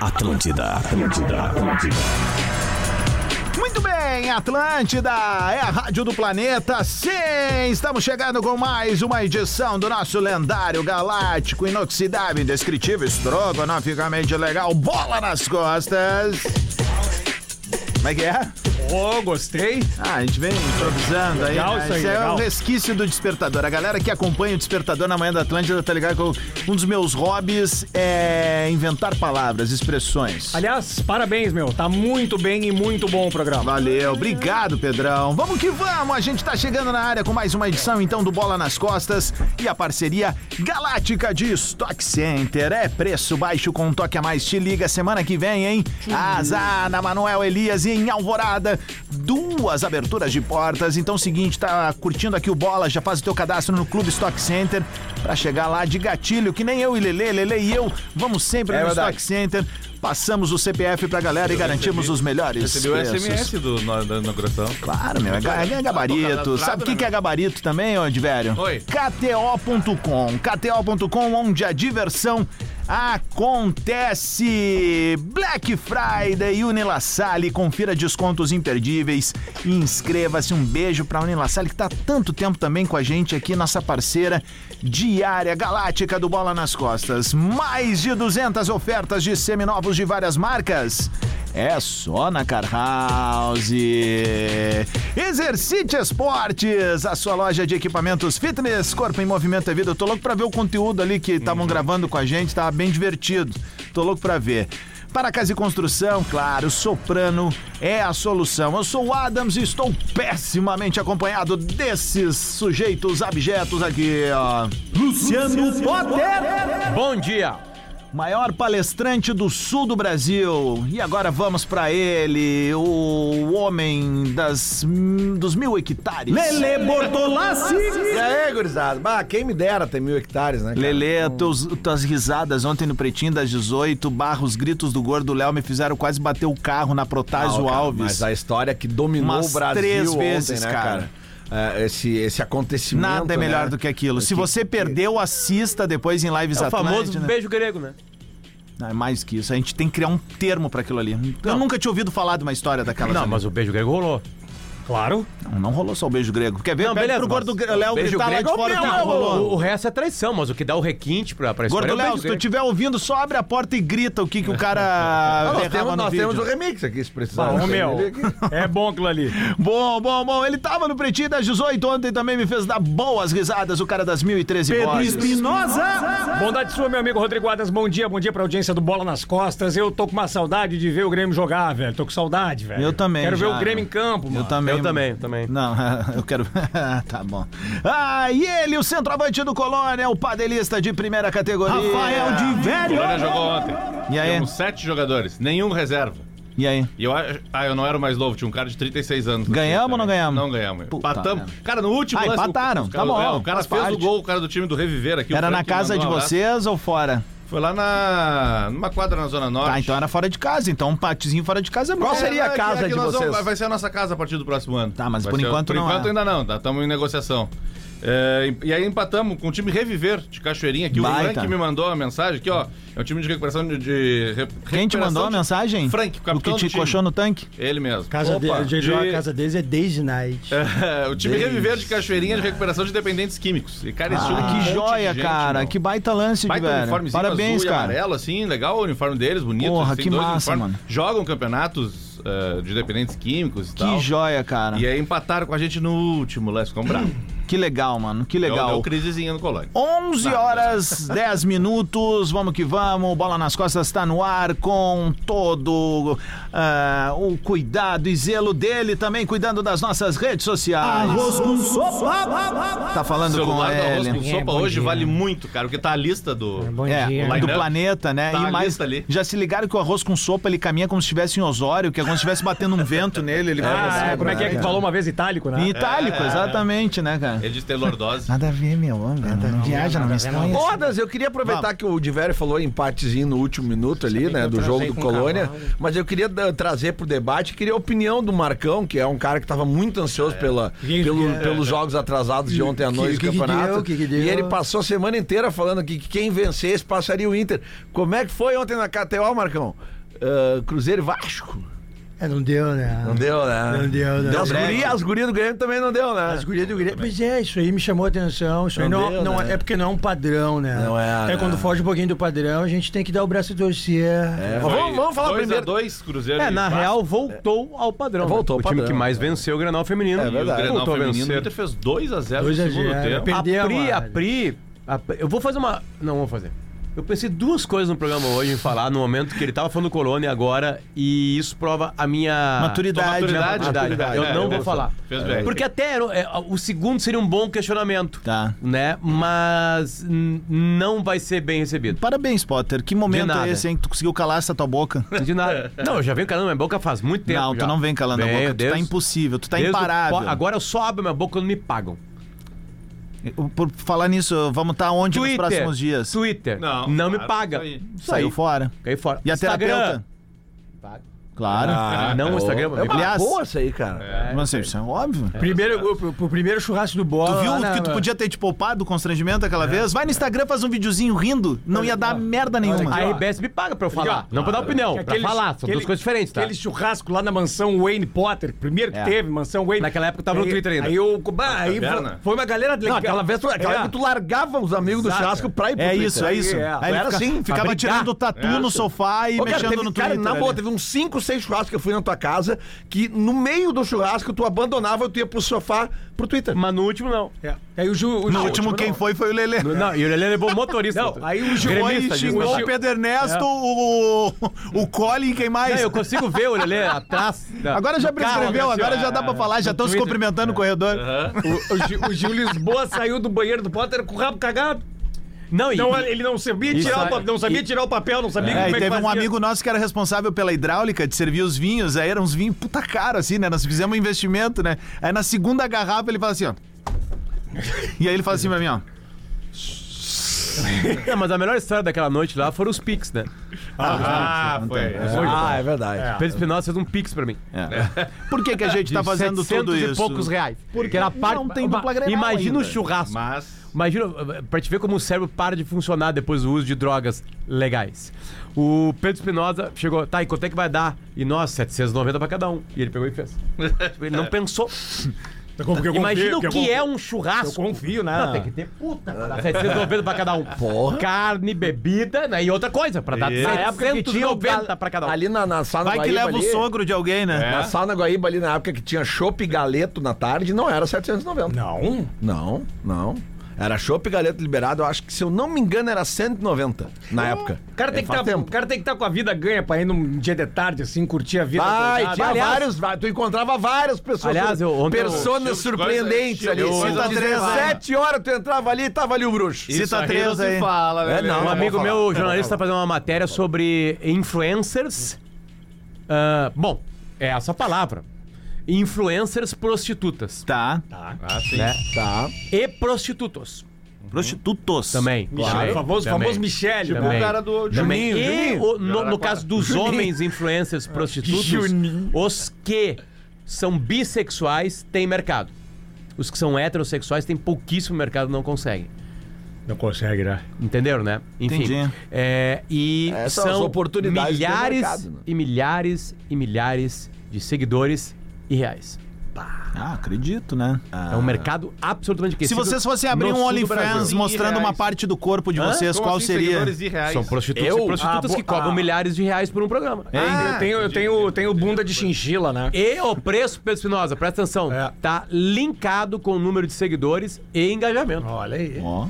Atlântida, Atlântida, Atlântida. Muito bem, Atlântida, é a rádio do planeta. Sim, estamos chegando com mais uma edição do nosso lendário, galáctico, inoxidável, indescritível, estrogonoficamente legal, bola nas costas. Como é que é? Oh, gostei. Ah, a gente vem improvisando aí. Legal né? isso aí, é legal. um resquício do Despertador. A galera que acompanha o Despertador na manhã da Atlântida tá ligado que eu- um dos meus hobbies é inventar palavras, expressões. Aliás, parabéns, meu. Tá muito bem e muito bom o programa. Valeu, obrigado, Pedrão. Vamos que vamos, a gente tá chegando na área com mais uma edição então do Bola nas Costas e a parceria galáctica de Stock Center. É preço baixo com um toque a mais. Te liga semana que vem, hein? Azar na Manuel Elias e em Alvorada. Duas aberturas de portas. Então, seguinte, tá curtindo aqui o Bola, já faz o teu cadastro no Clube Stock Center pra chegar lá de gatilho, que nem eu e Lele, Lele e eu vamos sempre É no verdade. Stock Center. Passamos o CPF pra galera e garantimos os melhores Recebeu o preços. SMS do, na, da inauguração. Claro, meu, é, ga- é Tá gabarito. tocando Sabe o atrás, que, né, que é gabarito também, ô velho? Oi. KTO.com. KTO.com, onde a diversão acontece. Black Friday e Unila Sale. Confira descontos imperdíveis. Inscreva-se. Um beijo pra Unila Sale, que tá há tanto tempo também com a gente aqui, nossa parceira diária galáctica do Bola nas Costas. Mais de 200 ofertas de seminovos de várias marcas. É só na Car House. Exercite Esportes, a sua loja de equipamentos fitness, corpo em movimento é vida. Eu tô louco pra ver o conteúdo ali que estavam gravando com a gente, tava bem divertido. Tô louco pra ver. Para casa e construção, claro, Soprano é a solução. Eu sou o Adams e estou pessimamente acompanhado desses sujeitos abjetos aqui, ó. Luciano Potter! Bom dia. Maior palestrante do sul do Brasil. E agora vamos pra ele, o homem das dos mil hectares. Lele Bortolassi! E aí, gurizada? Bah, quem me dera ter mil hectares, né? Lelê, teus, tuas risadas ontem no Pretinho das 18, barra os gritos do gordo Léo me fizeram quase bater o carro na Protásio Alves. Mas a história que dominou Umas o Brasil três ontem, vezes, né, cara? cara? É, esse, esse acontecimento. Nada é melhor né? do que aquilo. Se Que- você perdeu, assista depois em lives Tá É o famoso Atlântida. beijo grego, né? Não, é mais que isso. A gente tem que criar um termo pra aquilo ali. Eu nunca tinha ouvido falar de uma história daquela. também. o beijo grego rolou. Claro. não, não rolou só o beijo grego. Quer ver? Não, Pede beleza, pro gordo mas- Léo Beijo gritar lá de grego fora tá o que não, que rolou. o, o resto é traição, mas o que dá o requinte pra, pra história Gordo é o Léo, beijo se tu grego. estiver ouvindo, só abre a porta e grita o que, que o cara Ah, nós berrava temos, no nós temos o vídeo. remix aqui, se precisar. Bom, Tem meu. ele aqui. É bom aquilo ali. Bom, bom, bom. Ele tava no Pretinho das 18 ontem também me fez dar boas risadas, o cara das 1013 Pedro vozes. Espinosa! Bondade sua, meu amigo Rodrigo Adas. Bom dia, bom dia pra audiência do Bola nas Costas. Eu tô com uma saudade de ver o Grêmio jogar, velho. Tô com saudade, velho. Eu também, Quero ver já, o Grêmio meu. em campo, mano. Eu também. Eu também, eu também. Não, eu quero. tá bom. Ah, e ele, o centroavante do Colônia, o padelista de primeira categoria. Rafael de Velho! Colônia jogou ontem. E aí? Temos sete jogadores, nenhum reserva. E aí? E eu acho. Ah, eu não era o mais novo, tinha um cara de 36 anos. Ganhamos Assim, ou não ganhamos? Não ganhamos. Puta Empatamos. merda. Cara, no último Ah, lance. o- empataram, os caras- tá bom, é, o cara faz fez parte. o gol, o cara do time do Reviver aqui. o Era na Frank casa de mandou um abraço. vocês ou fora? Foi lá na. numa quadra na Zona Norte. Ah, então era fora de casa. Então um patezinho fora de casa é bom. Qual seria a É, casa é que de nós vocês? vamos- vai ser a nossa casa a partir do próximo ano. Tá, mas Vai por ser- enquanto por não enquanto é. ainda não, estamos em negociação. É, e aí empatamos com o time Reviver de Cachoeirinha, que Baita. o Frank me mandou uma mensagem aqui, ó. É um time de recuperação de. de re- Quem te recuperação mandou a de- mensagem? Frank, o o capitão que te do time. coxou no tanque? Ele mesmo. Casa Opa, dele, de- a casa deles é Daisy Night. É, o time Reviver de Cachoeirinha de recuperação de dependentes químicos. E, cara, esse time Ah, um monte que de joia, gente, cara. irmão. Que baita lance, Baita velho. uniformezinho Parabéns, azul e cara. amarelo, assim, legal o uniforme deles, bonito. Porra, eles têm que dois massa, uniformes. mano. Jogam campeonatos eh, de dependentes químicos e tal. Que né? joia, cara. E é- aí empataram com a gente no último, Les Combrar. Que legal, mano. Que Deu, Hum, legal. deu crisezinha no colônia. 11 horas 10 minutos, vamos que vamos. Bola nas costas está no ar com todo ah, o cuidado e zelo dele também, cuidando das nossas redes sociais. Arroz com sopa! Tá O falando com celular do arroz com ele. sopa É, bom hoje dia. vale muito, cara, porque tá a lista do... Bom É, dia. lá em do Line-up. planeta, né? Tá e a mais, lista ali. já se ligaram que o arroz com sopa ele caminha como se estivesse em Osório, que é como se estivesse batendo um vento nele. Ele vai Ah, assim, como é que é que tu falou uma vez itálico, Em né? itálico, exatamente, né, cara? Ele diz ter lordose. Nada a ver, meu homem. Não viaja, não me estranha. Odas, eu queria aproveitar que o Diverio falou empatezinho no último minuto ali, né, do jogo do Colônia, mas eu queria da- trazer pro debate, queria a opinião do Marcão, que é um cara que tava muito É. ansioso pela, pelo- pelos jogos atrasados de ontem à noite que do que campeonato. deu, que que deu? E ele passou a semana inteira falando que, que quem vencesse passaria o Inter. Como é que foi ontem na KTO, Marcão? ah, Cruzeiro e Vasco. É, não deu, né? Não deu, né? Não deu, não. Deu Deu as, break. gurias, as gurias do Grêmio também não deu, né? As gurias do Grêmio. Pois é, isso aí me chamou a atenção. Isso aí Não não, deu, não né? é porque não é um padrão, né? Não é, Até né? quando foge um pouquinho do padrão, a gente tem que dar o braço e torcer. É, mas vamos, vamos falar dois primeiro. A dois, Cruzeiro É, e na Vasco. real, voltou ao padrão. né? Voltou ao O time padrão, que mais venceu o Granal Feminino. É E o verdade. Grenal Voltou a feminino, o vencer. Inter fez 2x0 no 2 a 0, segundo é. tempo. Pe- A Perdeu, Pri, a Mário. Pri, a Pri- Eu vou fazer uma. Não, vou fazer. Eu pensei duas coisas no programa hoje em falar, no momento que ele tava falando Colônia agora, e isso prova a minha. Maturidade. Tua maturidade. Maturidade. Eu É, não eu vou vou- falar. fez bem. Porque até era- é, o segundo seria um bom questionamento. Tá. Né? Mas n- não vai ser bem recebido. Parabéns, Potter. Que momento nada. é esse, hein? que Tu conseguiu calar essa tua boca? De nada. Não, eu já venho calando minha boca faz muito tempo. não, já. tu não vem calando Venho, a boca. Tu tá desde- impossível, tu tá desde o- imparável. Agora eu só abro minha boca quando me pagam. Por falar nisso, vamos estar onde Twitter. nos próximos dias? Twitter. Não, me claro, paga. isso aí. Isso aí. Saiu fora. Caiu fora. E a Instagram. Ah, terapeuta? Claro. não o Instagram. É uma Aliás- boa isso aí, cara. Não sei, isso é óbvio. Primeiro, pro, pro primeiro churrasco do bola. Tu viu lá na- que tu podia ter te poupado do constrangimento aquela vez? Vai no Instagram, faz um videozinho rindo. Não ia dar merda nenhuma. A RBS me paga pra eu falar. ó. não pra dar opinião, Aquele- pra falar. São aquele- duas coisas diferentes, tá? Aquele churrasco lá na mansão Wayne Potter, primeiro que É. teve, mansão Wayne. Naquela época eu tava no Aí- Twitter ainda. Aí eu. Bah, aí caverna? foi, foi uma galera legal. Não, aquela vez tu, aquela É. época tu largava os amigos do churrasco pra ir pro É Twitter. isso, é isso. é. Aí ele Era fica- assim, ficava pra brigar. tirando o tatu no sofá e Ô, mexendo cara, teve, no cara, Twitter. né? na ali. boa, né? teve uns 5, 6 churrascos que eu fui na tua casa, que no meio do churrasco tu abandonava e tu ia pro sofá pro Twitter. Mas no último, não. É. Aí o, Ju, o No Ju- último quem é? não. foi foi o Lelê. É. Não, e ele levou o motorista. Não, aí o Gil Gremista, Foi, diz, xingou mas- o Pedro Ernesto, o, o Colin, quem mais? Não, eu consigo ver o Lelê atrás. da- Agora já do carro, prescreveu, assim, ó. agora já dá pra falar, já estão se Twitter. cumprimentando no corredor. O, o Gil, o Gil Lisboa saiu do banheiro do Potter com o rabo cagado. Não, e, Não, ele não sabia, Isso tirar, o, aí. pa- não sabia tirar o papel, não sabia É, como e é que teve um fazia. amigo nosso que era responsável pela hidráulica de servir os vinhos, aí eram uns vinhos puta caro, assim, né? Nós fizemos um investimento, né? Aí na segunda garrafa ele fala assim, ó. E aí ele fala assim pra mim, ó. Não, mas a melhor história daquela noite lá foram os Pix, né? Ah, foi. Ah, é verdade. Pedro Espinosa fez um Pix pra mim. Por que, que a gente tá De fazendo 700 tudo isso? e poucos reais. Porque era parte. não tem dupla Grenal Imagina o ainda. churrasco. Mas... Imagina, eh, pra te ver como o cérebro para de funcionar depois do uso de drogas legais. O Pedro Espinosa chegou, tá, e quanto é que vai dar? E nós, 790 pra cada um. E ele pegou e fez. Tipo, ele É. não pensou. Eu confio, eu Imagina o confio, que eu é confio. um churrasco. Eu confio, né? Não, tem que ter puta. pra dar 790 pra cada um. Porra. Carne, bebida né, e outra coisa, pra dar Na época que tinha o 790 pra cada um. Ali na, na sala Vai que Guaíba leva o ali, sogro de alguém, né? É. Na sala Guaíba ali, na época que tinha chopp e galeto na tarde, não era 790. Não. Não, não. Era chopp e galeto liberado, eu acho que, se eu não me engano, era 190 na época. É, O cara, tem que faz tá, o tempo. cara tem que estar com a vida ganha pra ir num dia de tarde, assim, curtir a vida. Vai, doidada. tinha Aliás, vários, vai- tu encontrava várias pessoas. Aliás, eu- ontem eu- personas Cheio de surpreendentes coisa- ali. cheio de Cinco coisa às pra três, dezessete vai. 17 horas tu entrava ali e tava ali o bruxo. Cita aí três não se tá aí. fala, É, velho. não, Um amigo vamos meu, jornalista, está fazendo uma matéria sobre influencers. Ah, bom, é essa a palavra. Influencers prostitutas. Tá. Tá. E prostitutos Prostitutos. também. Michele, o famoso, Também. famoso Michele. Tipo Também. né? O cara do... Também. Juninho, e Juninho. o- no, no caso dos homens influencers prostitutos, Juninho. os que são bissexuais têm mercado. Os que são heterossexuais têm pouquíssimo mercado, não conseguem. Não consegue, né? Entenderam, né? Enfim. Entendi. É, e É, são são as oportunidades do milhares mercado, né? e milhares e milhares de seguidores e reais. Ah, acredito, né? Ah. É um mercado absolutamente Se aquecido. vocês fossem abrir no um sul do OnlyFans Brasil. mostrando uma reais. parte do corpo de Hã? vocês, Como qual assim, seria? seguidores e reais? São prostitutos Eu? e prostitutas Ah, que bo- cobram ah. milhares de reais por um programa. eu tenho, eu tenho, tenho bunda de chinchila, né? E o preço, Pedro Espinosa, presta atenção, É. tá linkado com o número de seguidores e engajamento. Olha aí. Ó.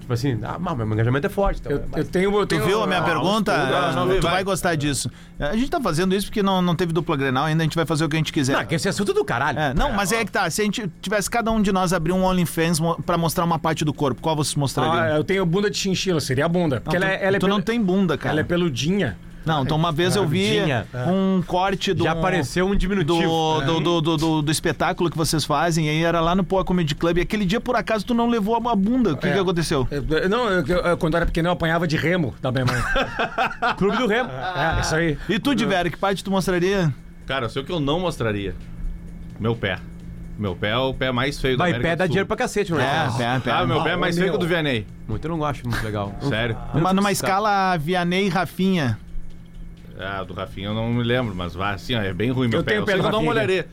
Tipo assim, ah, mas meu engajamento é forte. Então, Eu, mas- eu tenho, eu Tu tenho. um viu a minha Ah, pergunta? estudo, não, tu vi, vai. vai. gostar disso. A gente tá fazendo isso porque não, não teve dupla Grenal, ainda a gente vai fazer o que a gente quiser. Ah, que esse assunto é do caralho. É, não, mas é que tá. Se a gente tivesse cada um de nós abrir um OnlyFans mo- pra mostrar uma parte do corpo, qual vocês mostrariam? Ah, é, eu tenho bunda de chinchila, seria a bunda. Porque Não, tu ela, é- ela é tu pelu- não tem bunda, cara. ela é peludinha. Não, então uma vez eu vi Bundinha. um corte do. Já apareceu um diminutivo. Do, do, do, do, do- do espetáculo que vocês fazem, e aí era lá no Poa Comedy Club, e aquele dia, por acaso, tu não levou a bunda. O que, É. que aconteceu? Eu- eu- Não, eu- eu- quando eu era pequeno eu apanhava de remo da minha mãe. Clube do Remo. É, isso aí. E tu, Diver, que parte tu mostraria? Cara, eu sei o que eu não mostraria. Meu pé. Meu pé é o pé mais feio Vai, da pé dá dinheiro pra cacete, não é? pé, Ah, meu pé é mais meu. feio que o do Vianney. Muito eu não gosto, muito legal. Sério. Mas numa Tá. escala Vianney e Rafinha. Ah, do Rafinha eu não me lembro, mas vá assim, ó, é bem ruim meu Eu pé. tenho eu pé sei que do eu não Rafinha. molharia.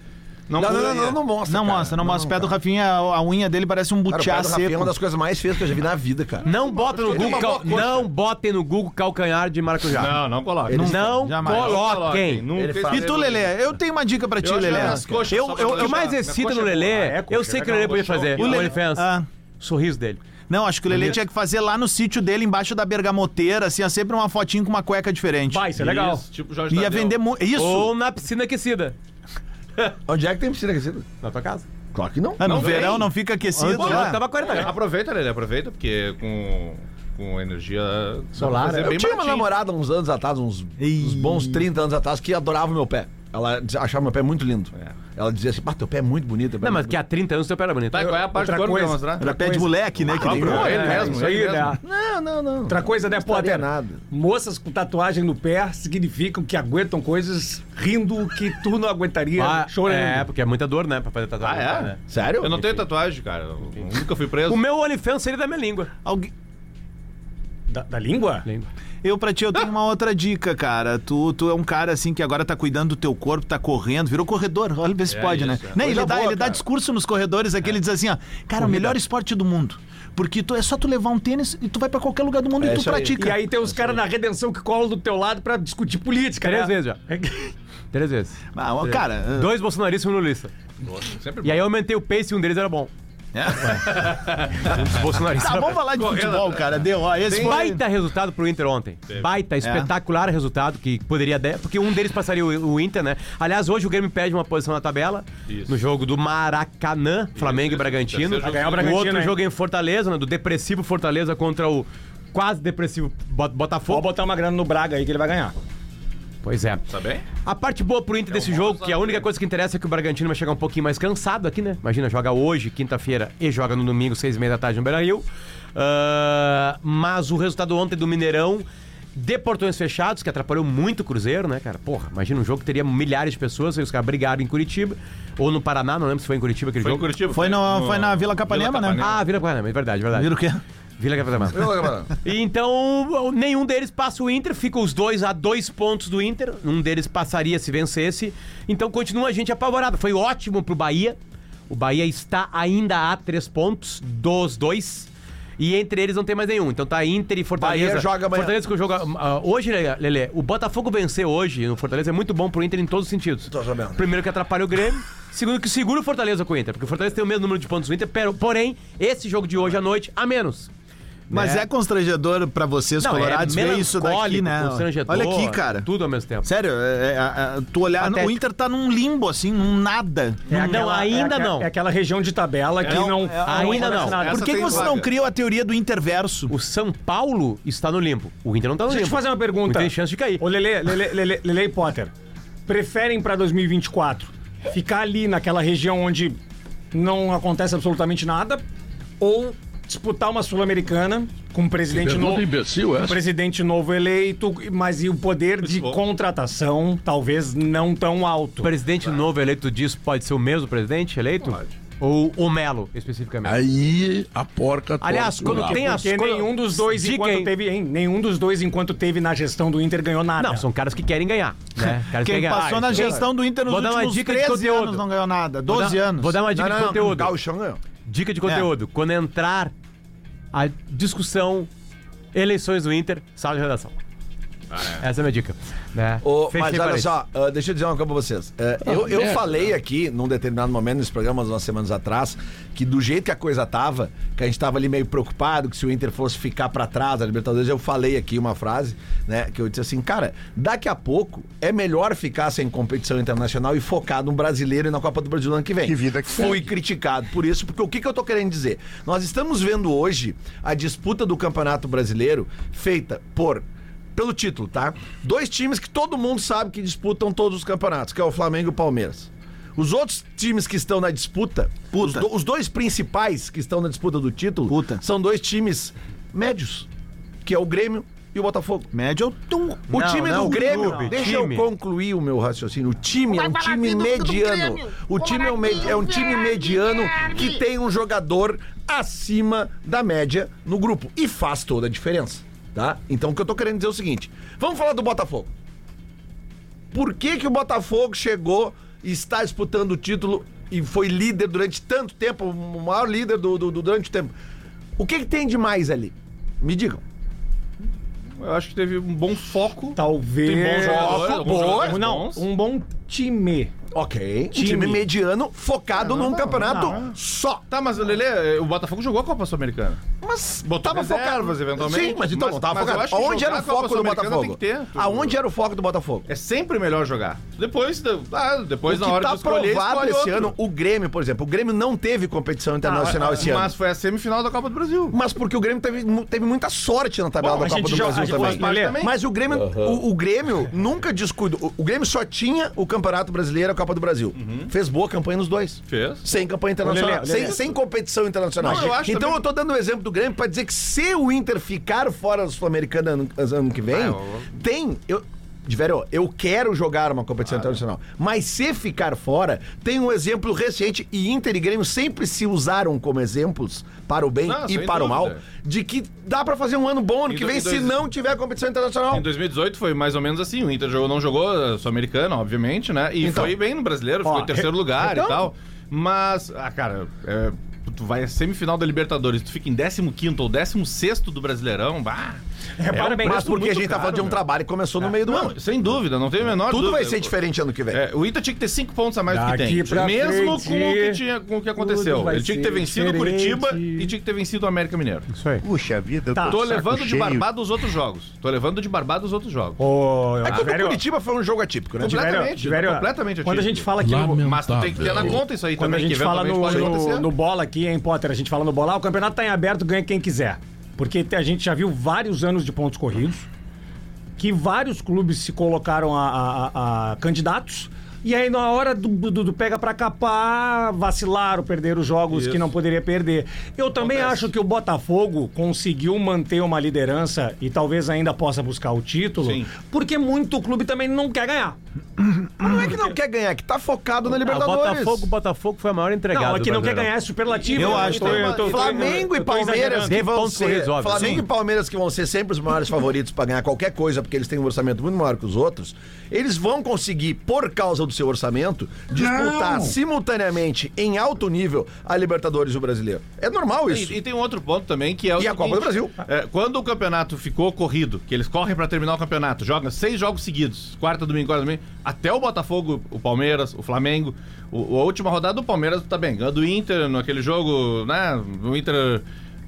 Não, Não, não, não, não, não mostra. Não cara. mostra, não mostra. O pé do Rafinha, a a unha dele parece um Cara, o pé butiá do Rafinha é uma seco. das coisas mais feias que eu já vi na vida, cara. Não bota no Google, uma boa cal- não botem no Google calcanhar de maracujá. Não, não coloca. Não, jamais. coloquem. Nunca Ele fala- E tu, um- Lelê? Eu tenho uma dica pra ti, Eu acho é Lelê. nas coxas, Eu- só pra eu- O que deixar. mais excita Nas no coxas, Lelê, ah, é coxa, eu sei que o legal, Lelê podia coxão. fazer. O O Lelê- OnlyFans. Ah. Sorriso dele. Não, acho que o Lelê tinha que fazer lá no sítio dele, embaixo da bergamoteira, assim, ó, sempre uma fotinho com uma cueca diferente. Vai, isso é legal. Isso, tipo Jorge Ia Tadeu. vender muito. Isso! Ou na piscina aquecida. Onde é que tem piscina aquecida? Na tua casa. Claro que não. Ah, no Não verão vem. não fica aquecido. né? Pô, lá. tava 40 graus. Aproveita, Lelê, aproveita, porque com, com energia Solar, é né? Eu bem tinha uma baratinho. namorada uns anos atrás, uns, uns bons 30 anos atrás, que adorava o meu pé. Ela diz- achava meu pé muito lindo. Ela dizia assim, pá, teu pé é muito bonito. teu pé é Não, mas muito que há 30 anos teu pé era bonito. Tá, qual é a parte Outra do corpo que eu coisa. vou mostrar? Era pé de moleque, né? que nem- Pô, ele É, mesmo, isso aí, ele mesmo. né? bonito." Não, não, não. Outra coisa, né, custaria Potter? nada. Moças com tatuagem no pé significam que aguentam coisas rindo que tu não aguentaria Ah, chorando. É, porque é muita dor, né? Pra fazer tatuagem. Ah, é? né? Sério? Eu não tenho tatuagem, cara. Eu nunca fui preso. O meu OnlyFans é seria da minha língua. Alguém- Da, da língua? Língua. Eu pra ti, eu tenho uma outra dica, cara. Tu, tu é um cara assim que agora tá cuidando do teu corpo, tá correndo, virou corredor. Olha ver se É pode, né? isso, é. né? Coisa Ele, dá, boa, ele dá cara. discurso nos corredores aqui, ele diz assim, ó, cara, o melhor esporte do mundo. Porque tu, é só tu levar um tênis e tu vai pra qualquer lugar do mundo É e tu isso aí. pratica. E aí tem os caras na redenção que colam do teu lado pra discutir política. Três né? vezes já. Três vezes. Ah, ó, cara, Dois bolsonaristas e um lulista. Sempre E aí eu aumentei o pace e um deles era bom. Os bolsonaristas. tá, é. vamos falar de Correndo futebol, cara. Deu, ó, esse foi... Baita resultado pro Inter ontem. É. Baita, espetacular resultado que poderia dar, porque um deles passaria o, o Inter, né? Aliás, hoje o Grêmio perde uma posição na tabela Isso. no jogo do Maracanã, Flamengo e isso. Bragantino. Terceiro jogo ganhar o seguido. O Bragantino, outro hein? jogo é em Fortaleza, né? Do depressivo Fortaleza contra o quase depressivo Bot- Vou Botafogo. botar uma grana no Braga aí que ele vai ganhar. Pois é. Tá bem? A parte boa pro Inter desse jogo, que a única coisa que interessa é que o Bragantino vai chegar um pouquinho mais cansado aqui, né? Imagina, joga hoje, quinta-feira, e joga no domingo, seis e meia da tarde no Beira-Rio. Ah, mas o resultado ontem do Mineirão, de portões fechados, que atrapalhou muito o Cruzeiro, né, cara? Porra, imagina um jogo que teria milhares de pessoas, aí os caras brigaram em Curitiba, ou no Paraná, não lembro se foi em Curitiba aquele Foi em jogo. Curitiba? Foi no- foi na Vila Capanema, né? Ah, Vila Paraná, é verdade, verdade. Vira o quê? Vila Capanema. E Então, nenhum deles passa o Inter, ficam os dois a dois pontos do Inter. Um deles passaria se vencesse. Então, continua a gente apavorado. Foi ótimo pro Bahia. O Bahia está ainda a três pontos dos dois. E entre eles não tem mais nenhum. Então tá Inter e Fortaleza. Bahia joga amanhã. Fortaleza que joga ah, hoje, né, Lelê. O Botafogo vencer hoje no Fortaleza é muito bom pro Inter em todos os sentidos. Tô sabendo. Primeiro que atrapalha o Grêmio. Segundo que segura o Fortaleza com o Inter, porque o Fortaleza tem o mesmo número de pontos do Inter, pero- porém, esse jogo de hoje à noite, a menos. Mas Né? é constrangedor pra vocês, Não, colorados, é ver isso daqui, melancólico, né? constrangedor, Olha aqui, cara. Tudo ao mesmo tempo. Sério, é- é- é- tu olhar... Patético. O Inter tá num limbo, assim, num nada. não, ainda é aqua- não. É aquela região de tabela que não. ainda não. nada. Por Essa que, que tem você vaga. não criou a teoria do interverso? O São Paulo está no limbo. O Inter não está no Deixa eu limbo. te fazer uma Não pergunta. tem chance de cair. Ô, Lele, Lele, Lele, Lele e Potter, preferem pra 2024 ficar ali naquela região onde não acontece absolutamente nada ou disputar uma Sul-Americana com um presidente novo, um presidente novo eleito, mas e o poder de bom. contratação talvez não tão alto. O presidente novo eleito disso pode ser o mesmo presidente eleito? Ou o Melo, especificamente? Aí a porca Aliás, torce o quando rabo. tem as Porque quando- nenhum dos dois Dica, enquanto hein? teve, hein? Nenhum dos dois enquanto teve na gestão do Inter ganhou nada. Não, são caras que querem ganhar. Né? Caras que Quem querem passou ganhar. na gestão do Inter nos Vou dar uma últimos dica de 13 conteúdo. anos não ganhou nada. Vou dar- 12 anos. Vou dar uma dica É de conteúdo. Gauchão ganhou. Dica de conteúdo. Quando entrar a discussão eleições do Inter, sala de redação. Essa é a minha dica. Né? Ô, Fechei mas olha parênteses. só, ah, deixa eu dizer uma coisa pra vocês. É, eu eu merda. falei aqui, num determinado momento, nesse programa, umas semanas atrás, que do jeito que a coisa tava, que a gente tava ali meio preocupado, que se o Inter fosse ficar pra trás, a Libertadores, eu falei aqui uma frase, né, que eu disse assim, cara, daqui a pouco é melhor ficar sem competição internacional e focado no brasileiro e na Copa do Brasil no ano que vem. Que vida que Fui segue. criticado por isso, porque o que, que eu tô querendo dizer? Nós estamos vendo hoje a disputa do Campeonato Brasileiro feita por pelo título, tá? Dois times que todo mundo sabe que disputam todos os campeonatos, que é o Flamengo e o Palmeiras. Os outros times que estão na disputa, os, do- os dois principais que estão na disputa do título, Puta. são dois times médios, que é o Grêmio e o Botafogo. Médio é tu. O Não, time não, do Grêmio, clube, deixa time. eu concluir o meu raciocínio. O time é um time mediano. O time é um, me- é um time mediano que tem um jogador acima da média no grupo e faz toda a diferença, tá? Então o que eu tô querendo dizer é o seguinte: vamos falar do Botafogo. por que, que o Botafogo chegou e está disputando o título e foi líder durante tanto tempo, o maior líder do, do- do- durante o tempo. O que, que tem de mais ali? Me digam. Eu acho que teve um bom foco. Tá. Talvez. Tem bons jogadores, alguns jogadores Não, bons. um bom time. Ok. Um time mediano É, focado num campeonato só. Tá, mas Lele, eh, o Botafogo jogou a Copa Sul-Americana. Mas Botou tava reservas, focado. eventualmente. Sim, mas então Mas- não tava mas eu acho focado. que Onde era o jogar a Copa foco do Sul-Americana Botafogo? tem que ter, tu- Aonde era o foco do Botafogo? É sempre melhor jogar. Depois, da- ah, depois o na que hora tá de escolher, provado escolhe esse outro. ano, o Grêmio, por exemplo. O Grêmio não teve competição internacional Ah, esse Mas ano. foi a semifinal da Copa do Brasil. Mas porque o Grêmio teve, mu- teve muita sorte na tabela Bom, da a Copa gente do já- a Brasil gente faz parte também. também. Mas o Grêmio, o, o Grêmio nunca descuidou. O, o Grêmio só tinha o Campeonato Brasileiro e a Copa do Brasil. Fez boa campanha nos dois. Uhum. Fez. Sem campanha internacional. Olha, olha, sem, olha. sem competição internacional. Não, eu acho então também- eu tô dando o exemplo do Grêmio pra dizer que se o Inter ficar fora do Sul-Americano ano, ano que vem, Ah, eu- tem. Eu, de velho, eu quero jogar uma competição Ah, é. internacional. Mas se ficar fora, tem um exemplo recente, e Inter e Grêmio sempre se usaram como exemplos, para o bem Não, e sem para o mal, dúvida. de que dá pra fazer um ano bom ano Em que do- vem em se dois- não tiver competição internacional. Em 2018 foi mais ou menos assim. O Inter jogou, não jogou a Sul-Americana, obviamente, né? E Então. foi bem no brasileiro, ficou em terceiro lugar então? e tal. Mas, ah, cara, é, tu vai à semifinal da Libertadores, tu fica em 15 ou 16 do Brasileirão, bah. Repara um bem, Mas preço porque a muito gente tá caro, falando de um meu. trabalho que começou no meio do ano. Não, sem dúvida, não tem a menor Tudo dúvida. vai ser diferente ano que vem. É, o Inter tinha que ter cinco pontos a mais do Daqui que pra tem. Mesmo frente, com o que, tinha, com o que aconteceu. tudo vai Ele tinha que ter ser vencido o diferente. Curitiba e tinha que ter vencido o América Mineiro. Isso aí. Puxa vida, eu Tá. tô, Tô de saco levando de cheio. barbado os outros jogos. Tô levando de barbado os outros jogos. Ô, É que o do velho, Curitiba foi um jogo atípico, né? velho, completamente, velho, completamente Quando a atípico. gente fala aqui no, Mas tu tem que ter na conta isso aí Quando também. a gente que fala no, eventualmente pode no- acontecer. no bola aqui, hein, Potter? A gente fala no bola, ah, o campeonato tá em aberto, ganha quem quiser. Porque te- a gente já viu vários anos de pontos corridos, que vários clubes se colocaram a, a- a- a candidatos, e aí na hora do, do- do pega pra capar, vacilaram, perderam jogos que não poderia perder. Eu também acho que o Botafogo conseguiu manter uma liderança e talvez ainda possa buscar o título, Sim. porque muito clube também não quer ganhar. Mas não é que não quer ganhar, é que tá focado na Ah, o Libertadores. Botafogo, o Botafogo foi a maior entregada. Não, é que do não quer Brasileirão. ganhar é superlativo. Eu né? acho tô- também. eu tô- eu tô- Flamengo e eu tô Palmeiras exagerando. que Tem vão pontos ser corridos, óbvio. Flamengo Sim. e Palmeiras que vão ser sempre os maiores favoritos pra ganhar qualquer coisa porque eles têm um orçamento muito maior que os outros eles vão conseguir por causa do seu orçamento disputar simultaneamente em alto nível a Libertadores e o Brasileiro é normal isso E, e tem um outro ponto também que é o E a Copa do Brasil. é, quando o campeonato ficou corrido, que eles correm pra terminar o campeonato, jogam seis jogos seguidos, quarta, domingo, quarta, domingo, até o Botafogo, o Palmeiras, o Flamengo, o, a última rodada do Palmeiras tá bem, ganha do Inter naquele jogo, né, o Inter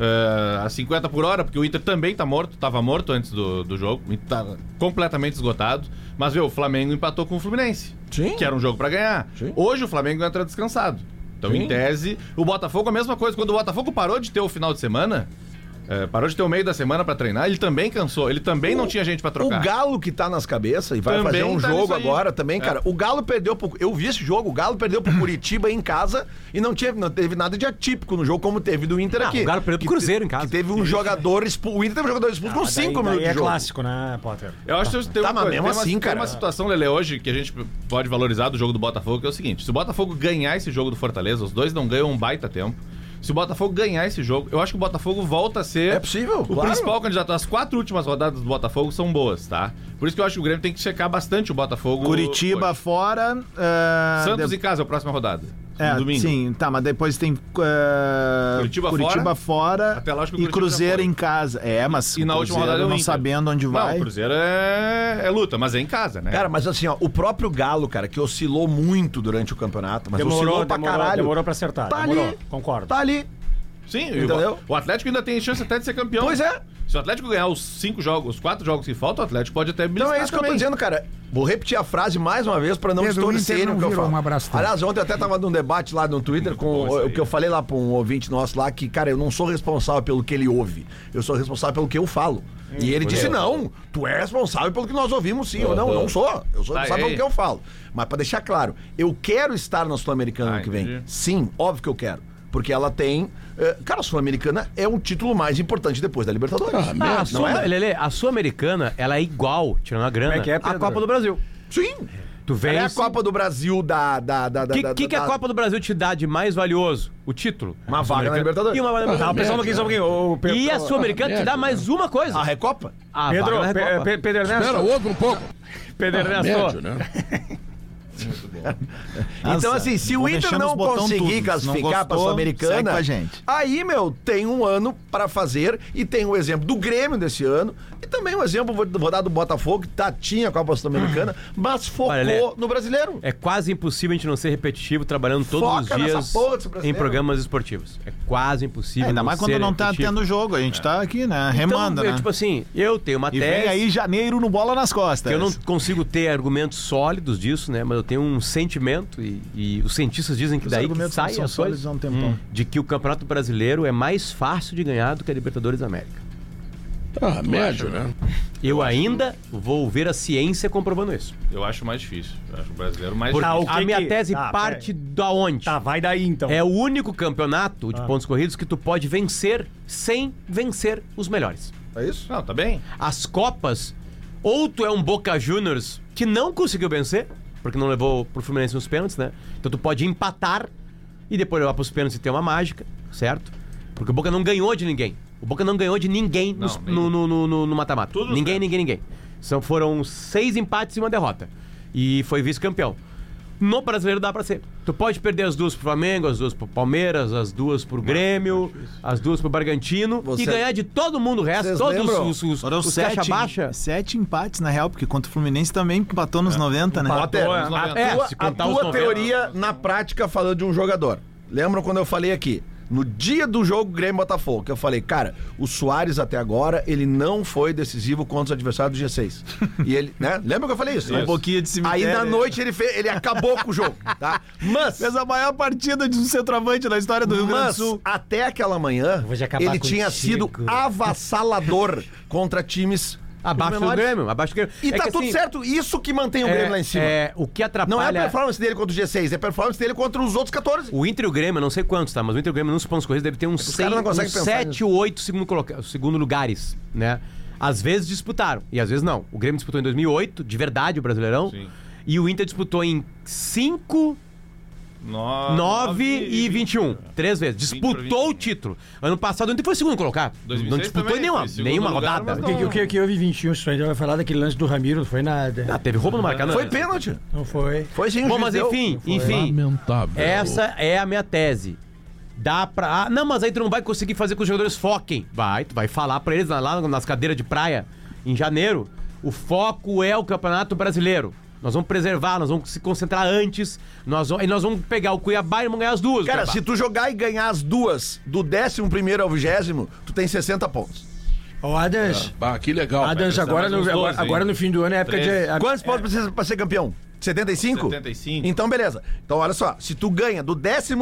é, a 50 por hora, porque o Inter também tá morto, tava morto antes do, do jogo, o Inter tá completamente esgotado, mas viu, o Flamengo empatou com o Fluminense, Sim. que era um jogo pra ganhar. Sim. Hoje o Flamengo entra descansado. Então, em tese, o Botafogo a mesma coisa. Quando o Botafogo parou de ter o final de semana, é, parou de ter o meio da semana pra treinar, ele também cansou. Ele também não tinha gente pra O trocar. Galo que tá nas cabeças e vai Também fazer um tá jogo nisso aí. agora também, cara. O Galo perdeu pro. Eu vi esse jogo, o Galo perdeu pro Curitiba em casa e não, tinha, não teve nada de atípico no jogo, como teve do Inter Ah, Não, aqui. o Galo perdeu pro Que te- Cruzeiro em casa. Que teve um jogador expulso. O Inter teve um jogador expulso com Mas daí- 5 daí minutos de é jogo. clássico, né, Potter? Eu acho que tem, Tá, mas uma coisa- mesmo tem uma- assim, tem cara. uma situação, Lele, hoje que a gente pode valorizar do jogo do Botafogo, que é o seguinte: se o Botafogo ganhar esse jogo do Fortaleza, os dois não ganham um baita tempo. Se o Botafogo ganhar esse jogo, eu acho que o Botafogo volta a ser. É possível, O claro. principal candidato. As quatro últimas rodadas do Botafogo são boas, tá? Por isso que eu acho que o Grêmio tem que checar bastante o Botafogo. Curitiba hoje. fora. ah, Santos de- em casa é a próxima rodada. é, domingo. Sim, tá, mas depois tem ah, Curitiba fora. fora, Até lá acho que o e Curitiba Cruzeiro tá fora. em casa. É, mas E na o última Cruzeiro rodada é o não Inter. sabendo onde vai. Não, o Cruzeiro é, é luta, mas é em casa, né? Cara, mas assim, ó, o próprio Galo, cara, que oscilou muito durante o campeonato, mas oscilou pra caralho. demorou pra acertar. Tá demorou, ali. concordo. Tá ali. Sim, e o- Entendeu? O Atlético ainda tem chance até de ser campeão. Pois é. Se o Atlético ganhar os cinco jogos, os quatro jogos que faltam, o Atlético pode até Então beliscar é isso que eu tô também. dizendo, cara. Vou repetir a frase mais uma vez pra não Pedro, o distorcerem Inter não o que eu virou falo. um abraço teu. Aliás, ontem eu até tava num debate lá no Twitter com o, o que eu falei lá pra um ouvinte nosso lá que, cara, eu não sou responsável pelo que ele ouve. Eu sou responsável pelo que eu falo. Hum, e ele disse: "Não, tu é responsável pelo que nós ouvimos, sim". Eu não, não sou. Eu sou Tá, responsável e aí? pelo que eu falo. Mas pra deixar claro, eu quero estar na Sul-Americana Ah, ano que vem. entendi. Sim, óbvio que eu quero. Porque ela tem. eh, Cara, a Sul-Americana é o título mais importante depois da Libertadores. Ah, a não Sul- é? Lelê, a Sul-Americana, ela é igual, tirando a grana, Como é que é, a Pedro? Copa do Brasil. Sim. Tu Tu É vence. a Copa do Brasil da. da, da, da O que, da- que, que da- a Copa do Brasil te dá de mais valioso? O título. Uma vaga na Libertadores. E uma vaga na Tava pensando um pouquinho sobre quem? O Pe- E a Sul-Americana te dá mais uma coisa. A Recopa? A Pedro, vaga na Pe- Recopa. Pe- Pedro Espera, Ernesto. ouve um pouco. Pedro Tá Médio, Ernesto. né? Ah, Então, assim, se o Inter deixando os não botão conseguir tudo. Se não classificar gostou, para a segue Sul-Americana, com a gente. aí, meu, tem um ano para fazer e tem o exemplo do Grêmio desse ano e também o exemplo, vou, vou dar do Botafogo, que tá, tinha a Copa Sul-Americana, mas focou Olha, Lé, no brasileiro. É quase impossível a gente não ser repetitivo trabalhando todos Foca os nessa dias porra desse brasileiro. em programas esportivos. É quase impossível. Ainda mais quando ser não tá repetitivo. tendo jogo, a gente tá aqui, né? Então, Remando, eu, né? Tipo assim, eu tenho uma E tese. vem aí janeiro no bola nas costas. Eu não consigo ter argumentos sólidos disso, né? Mas eu tenho um sentimento, e, e os cientistas dizem que Os daí que argumentos não sai são as coisas, hum, sólidos há um tempão. de que o Campeonato Brasileiro é mais fácil de ganhar do que a Libertadores da América. Ah, médio, né? Eu ainda vou ver a ciência comprovando isso. Eu acho mais difícil. Eu acho o brasileiro mais Porque Tá, o a que minha que- tese tá, parte da onde? Tá, vai daí então. É o único campeonato de pontos corridos que tu pode vencer sem vencer os melhores. É isso? Não, tá bem. As Copas, ou tu é um Boca Juniors que não conseguiu vencer, porque não levou pro Fluminense nos pênaltis, né? Então tu pode empatar e depois levar pros pênaltis e ter uma mágica, certo? Porque o Boca não ganhou de ninguém. O Boca não ganhou de ninguém nos- nem- no, no, no, no- no mata-mata. Tudo Ninguém, certo. ninguém, ninguém. São, foram seis empates e uma derrota. E foi vice-campeão. No brasileiro dá pra ser. Tu pode perder as duas pro Flamengo, as duas pro Palmeiras, as duas pro Grêmio, as duas pro Bargantino Você- e ganhar de todo mundo o resto, Vocês todos lembram? os, os, Foram os sete, caixa baixa. sete empates, na real, porque contra o Fluminense também empatou nos 90, né? Potter, Boa, nos a 90. É, tua, se a contar tua os 90. teoria na prática falando de um jogador. Lembram quando eu falei aqui? No dia do jogo Grêmio e Botafogo, que eu falei, cara, o Soares até agora, ele não foi decisivo contra os adversários do G6. E ele, né? Lembra que eu falei isso? Um pouquinho de Aí cemitério. na noite ele, fez, ele acabou com o jogo, tá? Mas, Fez a maior partida de um centroavante da história do Rio Grande do mas Sul. até aquela manhã, vou já acabar ele tinha contigo. sido avassalador contra times Abaixo do menores. Grêmio, abaixo do Grêmio. E É tá que, tudo assim, certo, isso que mantém o é, Grêmio lá em cima. é, o que atrapalha. Não é a performance dele contra o G6, é a performance dele contra os outros 14. O Inter e o Grêmio, eu não sei quantos, tá? Mas o Inter e o Grêmio nos pontos corridos deve ter uns, seis, É caras não uns conseguem pensar sete ou oito segundo, coloca... segundo lugares, né? Às vezes disputaram, e às vezes não. O Grêmio disputou em 2008, de verdade, o Brasileirão. Sim. E o Inter disputou em 5, No- 9 e 21. Três 20 vezes. um. Disputou pra o 21. título. Ano passado o Inter foi segundo colocado. Não 2006 disputou também, nenhuma, foi segundo nenhuma lugar, rodada. mas O que, o que, o que houve 21? Isso ainda vai falar daquele lance do Ramiro, não foi nada. Ah, teve roubo no Maracanã. Foi pênalti. Não foi. Foi sim, o Bom, juiz mas deu. enfim, enfim. Lamentável. Essa é a minha tese. Dá pra. Ah, não, mas aí tu não vai conseguir fazer com que os jogadores foquem. Vai, tu vai falar pra eles lá- lá nas cadeiras de praia, em janeiro. O foco é o Campeonato Brasileiro. Nós vamos preservar, nós vamos se concentrar antes. Nós vamos, e nós vamos pegar o Cuiabá e vamos ganhar as duas. Cara, Cuiabá. se tu jogar e ganhar as duas, do 11 ao 20, tu tem 60 pontos. Ô, Adams, Bah, que legal. Adams cara, agora, são mais no, uns agora, 12, agora no fim do ano é época de. Treze. a- Quantos pontos precisa pra ser campeão? 75? 75. Então, beleza. Então, olha só. Se tu ganha do 11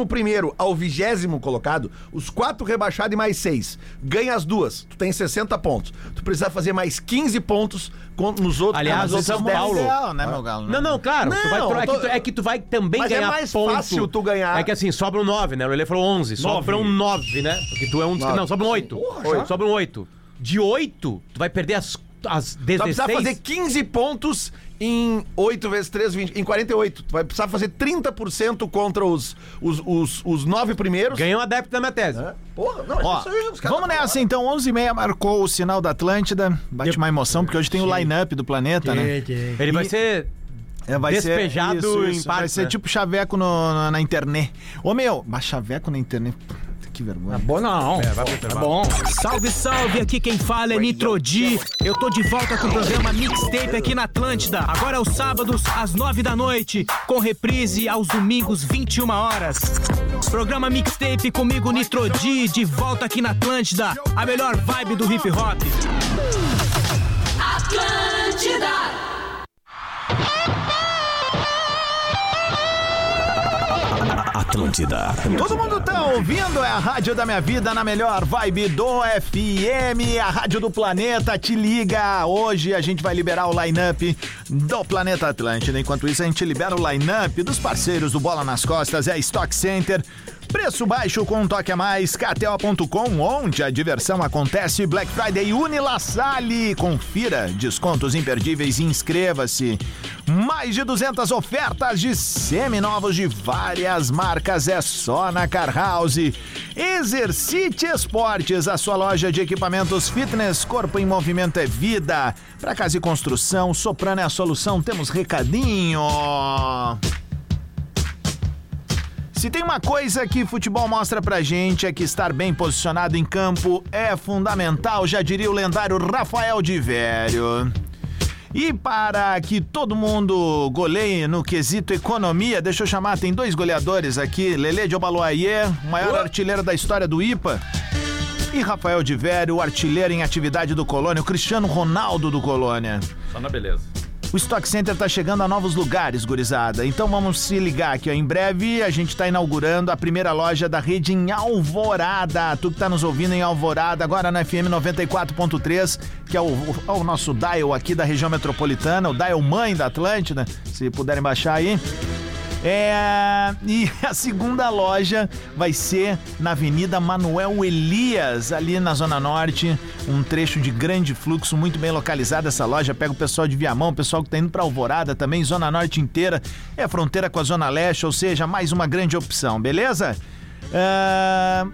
ao 20 colocado, os quatro rebaixados e mais seis, ganha as duas, tu tem 60 pontos. Tu precisa fazer mais 15 pontos con- nos outros. Aliás, nos o São dez. Paulo- Ideal, né, meu galo? Não, não, claro. tu vai Não, tro- é, eu tô- que tu, é que tu vai também Mas é ganhar mais ponto. fácil tu ganhar. É que assim, sobram nove, né? O Lele falou onze. Sobram nove, né? Porque tu é um dos... Nove. Não, sobram oito. já? Sobram oito. De oito, tu vai perder as, as Tu vai 16. precisar fazer 15 pontos em 8 vezes 3, 20, em 48. Tu vai precisar fazer 30% contra os, os, os, os 9 primeiros. Ganhou um adepto na minha tese. É. Porra, não, Ó, isso aí os caras vamos nessa então, 11h30 marcou o sinal da Atlântida. Bate uma emoção, porque hoje tem o line-up do planeta, né? Tem, tem. Ele vai ser... É, vai Despejado ser, em Vai partes, ser né? tipo chaveco no- no- na internet. Ô meu, mas chaveco na internet. puta, Que vergonha. Bom, não. tá bom. Salve, salve! Aqui quem fala é Nitrodi. Eu tô de volta com o programa Mixtape aqui na Atlântida. é Agora aos sábados, às nove da noite, com reprise aos domingos, 21 horas. Programa Mixtape comigo, Nitrodi, de volta aqui na Atlântida. A melhor vibe do hip hop. Atlântida, Todo mundo tá ouvindo? É a rádio da minha vida na melhor vibe do FM, a rádio do planeta. Te liga! Hoje a gente vai liberar o line-up do Planeta Atlântida. Enquanto isso, a gente libera o line-up dos parceiros do Bola nas Costas, é a Stock Center. Preço baixo com um toque a mais, KTO.com, onde a diversão acontece. Black Friday Unilassale. Confira descontos imperdíveis e inscreva-se. Mais de 200 ofertas de seminovos de várias marcas é só na Car House. Exercite Esportes, a sua loja de equipamentos fitness, corpo em movimento é vida. Para casa e construção, Soprano é a solução. Temos recadinho. Se tem uma coisa que futebol mostra pra gente é que estar bem posicionado em campo é fundamental, já diria o lendário Rafael de Vério. E para que todo mundo goleie no quesito economia, deixa eu chamar, tem dois goleadores aqui, Lele de Obaloaie, o maior artilheiro da história do IPA, e Rafael de Vério, o artilheiro em atividade do Colônia, o Cristiano Ronaldo do Colônia. Só Tá na beleza. O Stock Center está chegando a novos lugares, gurizada. Então vamos se ligar aqui, ó. Em breve a gente está inaugurando a primeira loja da rede em Alvorada. Tu que tá nos ouvindo em Alvorada, agora na FM 94.3, que é o, o- é o nosso dial aqui da região metropolitana, o dial mãe da Atlântida, se puderem baixar aí. É, e a segunda loja vai ser na Avenida Manuel Elias, ali na Zona Norte, um trecho de grande fluxo, muito bem localizada essa loja. Pega o pessoal de Viamão, o pessoal que tá indo pra Alvorada também, Zona Norte inteira, é fronteira com a Zona Leste, ou seja, mais uma grande opção, beleza? É,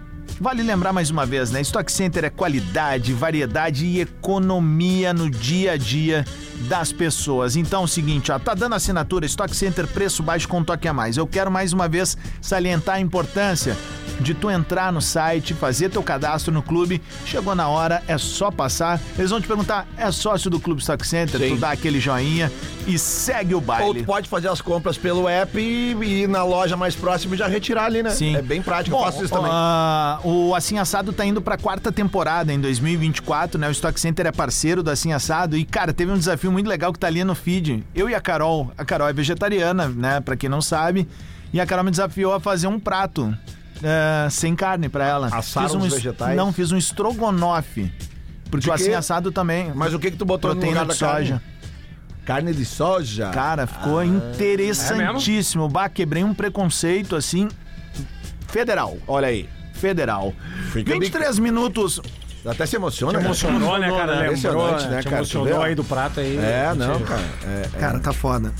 Vale lembrar mais uma vez, né? Stock Center é qualidade, variedade e economia no dia a dia das pessoas. Então é o seguinte, ó, tá dando assinatura, Stock Center preço baixo com um toque a mais. Eu quero mais uma vez salientar a importância de tu entrar no site, fazer teu cadastro no clube, chegou na hora, é só passar. Eles vão te perguntar, é sócio do Clube Stock Center? Tu dá aquele joinha e segue o Ou tu baile. pode fazer as compras pelo app e e ir na loja mais próxima e já retirar ali, né? Sim. É bem prático, Bom, eu faço isso também. ah, o Assim Assado tá indo pra quarta temporada em 2024, né? O Stock Center é parceiro do Assim Assado e, cara, teve um desafio muito legal que tá ali no feed. Eu e a Carol, a Carol é vegetariana, né? Pra quem não sabe, e a Carol me desafiou a fazer um prato eh, sem carne pra ela. Assar Fiz um uns es- vegetais? Não, fiz um estrogonofe. Porque De o quê? Assim Assado também. Mas o que que tu botou no Proteína lugar de da soja. carne? Ah, é Carne de soja? Cara, ficou interessantíssimo. bah, quebrei um preconceito assim. Federal, olha aí. Federal. Fica 23 minutos. Até se emociona, né? Emocionou, né, cara? Lembrou, Impressionante, né, Te cara? Tu emocionou vê? aí do prato aí. É, não, cara. É, Cara, tá foda.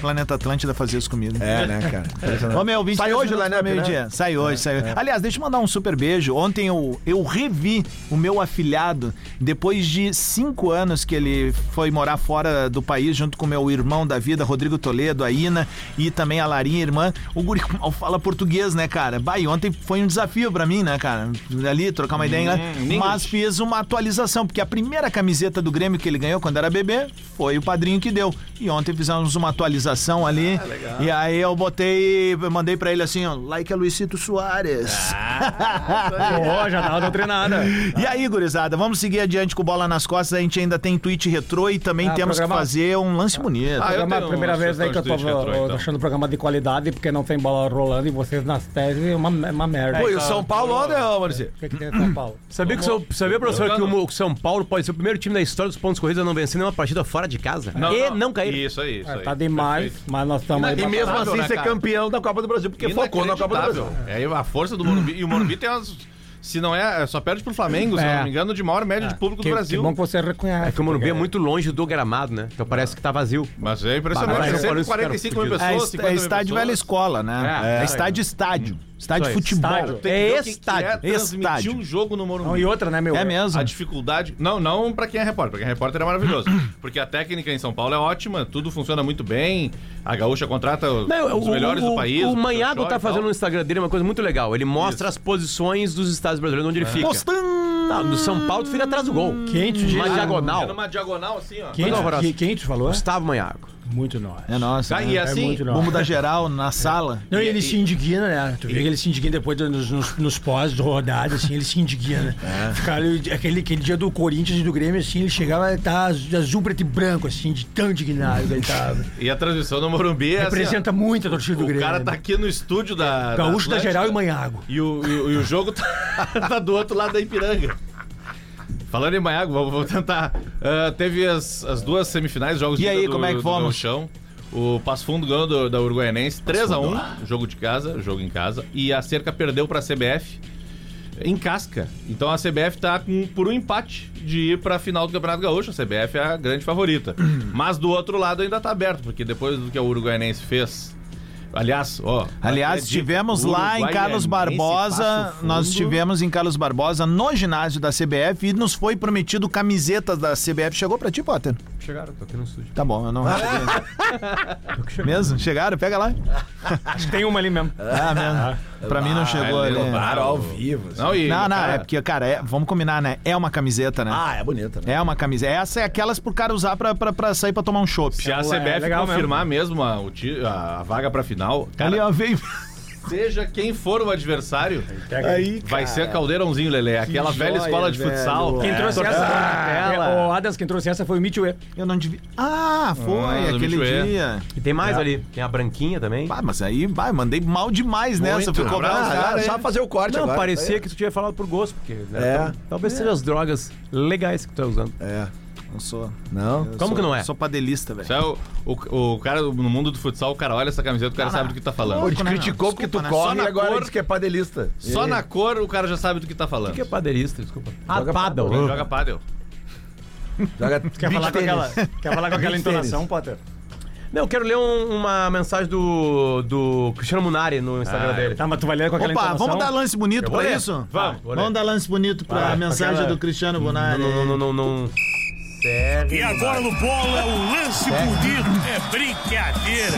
Planeta Atlântida fazer isso comigo. é, né, cara? Impressionante. Ô, meu, 23 Sai hoje, minutos Lineup, pra meio-dia. né? Sai hoje, sai hoje. Aliás, deixa eu mandar um super beijo. Ontem eu, eu revi o meu afilhado, depois de cinco anos que ele foi morar fora do país, junto com meu irmão da vida, Rodrigo Toledo, a Ina e também a Larinha, irmã. O guri mal fala português, né, cara? Bah, e ontem foi um desafio pra mim, né, cara? Ali, trocar uma ideia. né? Mas fiz uma atualização, porque a primeira camiseta do Grêmio que ele ganhou quando era bebê foi o padrinho que deu. E ontem fizemos uma atualização ali. E aí eu botei, eu mandei pra ele assim, ó, like a Luicito Soares. Ó, já tava doutrinada. E aí, gurizada, vamos seguir adiante com bola nas costas. A gente ainda tem tweet retrô e também Ah, temos programado. que fazer um lance bonito. Ah, eu Programa, tenho a primeira uma vez aí que eu sugestão tava de tweet retrô, ó, então. achando o programa de qualidade, porque não tem bola rolando e vocês nas teses é uma, uma merda. Pô, e o São Paulo, ó, não, Marci? O que, que tem em São Paulo? Sabia, que o São- sabia professor, que o São Paulo pode ser o primeiro time da história dos pontos corridos a não vencer nenhuma partida fora de casa? e não, cair. então. Isso aí, isso aí. tá demais, Perfeito. mas nós estamos aí. E mesmo Inacreditável, assim né, ser cara? campeão da Copa do Brasil, porque focou na Copa do Brasil. Inacreditável. É a força do Morumbi. E o Morumbi tem umas. Se não é, só perde pro Flamengo, se É. não me engano, de maior média de público que, do que Brasil. bom que você reconhece. É que o Morumbi é porque- muito longe do gramado, né? Então parece que tá vazio. Mas é impressionante. Bah, mas eu falo recebe isso, cara, 45 mil fudido. É, pessoas, est- 50 é mil estádio pessoas. velha escola, né? É, É, é. estádio estádio. Estádio Isso aí, futebol. estádio. Tem que É ver o que que estádio. é transmitir estádio. um jogo no Morumbi. Não, e outra, né, meu? É mesmo. A dificuldade. Não, não pra quem é repórter, pra quem é repórter é maravilhoso. Porque a técnica em São Paulo é ótima, tudo funciona muito bem. A Gaúcha contrata os Não, é, o, melhores o, do país. o Manhado Photoshop tá e tal. fazendo no Instagram dele uma coisa muito legal. Ele mostra as posições dos estádios brasileiros onde ele fica. Tá, no São Paulo tu fica atrás do gol. Quente de- Uma É diagonal. numa diagonal assim, ó. Quem, Não, não, que, quem te falou? Gustavo Manhago. Muito nós. É nossa. Tá, né? e assim, muito Vamos dar geral na sala. Não, e ele se indigna, né? Tu vê que ele se indigna depois do- nos, nos, nos pós de rodada, assim, ele se indigna. Ficar ali, aquele, aquele dia do Corinthians e do Grêmio, assim, ele chegava e tá az- azul, preto e branco, assim, de tão indignado que ele tava. e a transmissão no Morumbi é assim, ó. Representa muito a torcida do Assim, O Grêmio. né? cara tá aqui no estúdio da. Gaúcho da Atlântida Geral e Manhago. E o, e o- e o jogo tá, tá do outro lado da Ipiranga. Falando em Maiago, vou, vou tentar. Ah, teve as, as duas semifinais, jogos E de ida aí, do, como é que do fomos? Gauchão. O Passo Fundo ganhou do- da Uruguaianense 3x1, jogo de casa, jogo em casa. E a Cerca perdeu pra CBF em casca. Então a CBF tá com, por um empate de ir pra final do Campeonato Gaúcho. A CBF é a grande favorita. Mas do outro lado ainda tá aberto, porque depois do que a Uruguaianense fez. Aliás, ó. Aliás, estivemos lá em Carlos Uruguaianense, Barbosa, É tipo Passo nós Fundo. estivemos em Carlos Barbosa no ginásio da CBF e nos foi prometido camisetas da CBF. Chegou pra ti, Potter? Chegaram, tô aqui no estúdio. Tá bom, eu não recebi. mesmo? Chegaram? Pega lá. Tem uma ali mesmo. Ah, mesmo. Pra mim não É, Ah, chegou ali. Claro, ao vivo. assim. Não, e, né? Não, não, cara, é porque, cara, é- vamos combinar, né? É uma camiseta, né? Ah, é bonita, né? É uma camiseta. Essa é aquelas pro cara usar pra, pra, pra sair pra tomar um chopp. Se a CBF confirmar mesmo, a, o ti- a- a vaga pra final, cara, Ali, ó, veio. seja quem for o adversário, Aí, vai ser caldeirãozinho, Lelê. Aquela velha escola de futsal. Quem trouxe essa? É, o Adas, quem trouxe essa foi o Mitchell. Eu não devia. Ah, foi, Ah, do aquele Michoé. dia. E tem mais ali. Tem a branquinha também. Ah, mas aí, vai, mandei mal demais nessa. Fui cobrar os Ah, caras. só fazer o corte Não, agora. parecia que tu tinha falado por gosto, porque né, É. tal- talvez sejam as drogas legais que tu tá usando. É. Não sou. Não. Como sou- que não é? Sou padelista, velho. Sabe, o, o- o cara do- no mundo do futsal, o cara olha essa camiseta, o cara sabe do que tá falando. Pô, Não, te não, criticou desculpa, porque tu né? Só corre e na agora cor- diz que é padelista. Só na cor o cara já sabe do que tá falando. O que é padeirista? Desculpa. Ah, Joga paddle. Quem joga pádel. Joga Quer falar, com beach aquela, tênis. quer falar com aquela entonação, Potter? Não, eu quero ler um- uma mensagem do, do Cristiano Munari no Instagram dele. Tá, mas tu vai ler com aquela Opa, entonação. vamos dar lance bonito pra ler. isso? Vamos. Tá. Vou ler. Vamos dar lance bonito pra Vai, mensagem pra do Cristiano Bonari. Não, não, não, não, não. Sério. E agora no bola, o lance bonito. É brincadeira.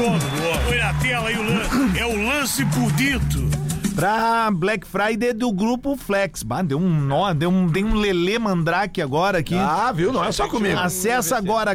Foi na tela aí o lance. É o lance bonito. Pra Black Friday do grupo Flex. Bah, deu um nó, deu um, deu um lelê mandrake agora aqui. Ah, viu? Não é só comigo. Acesse agora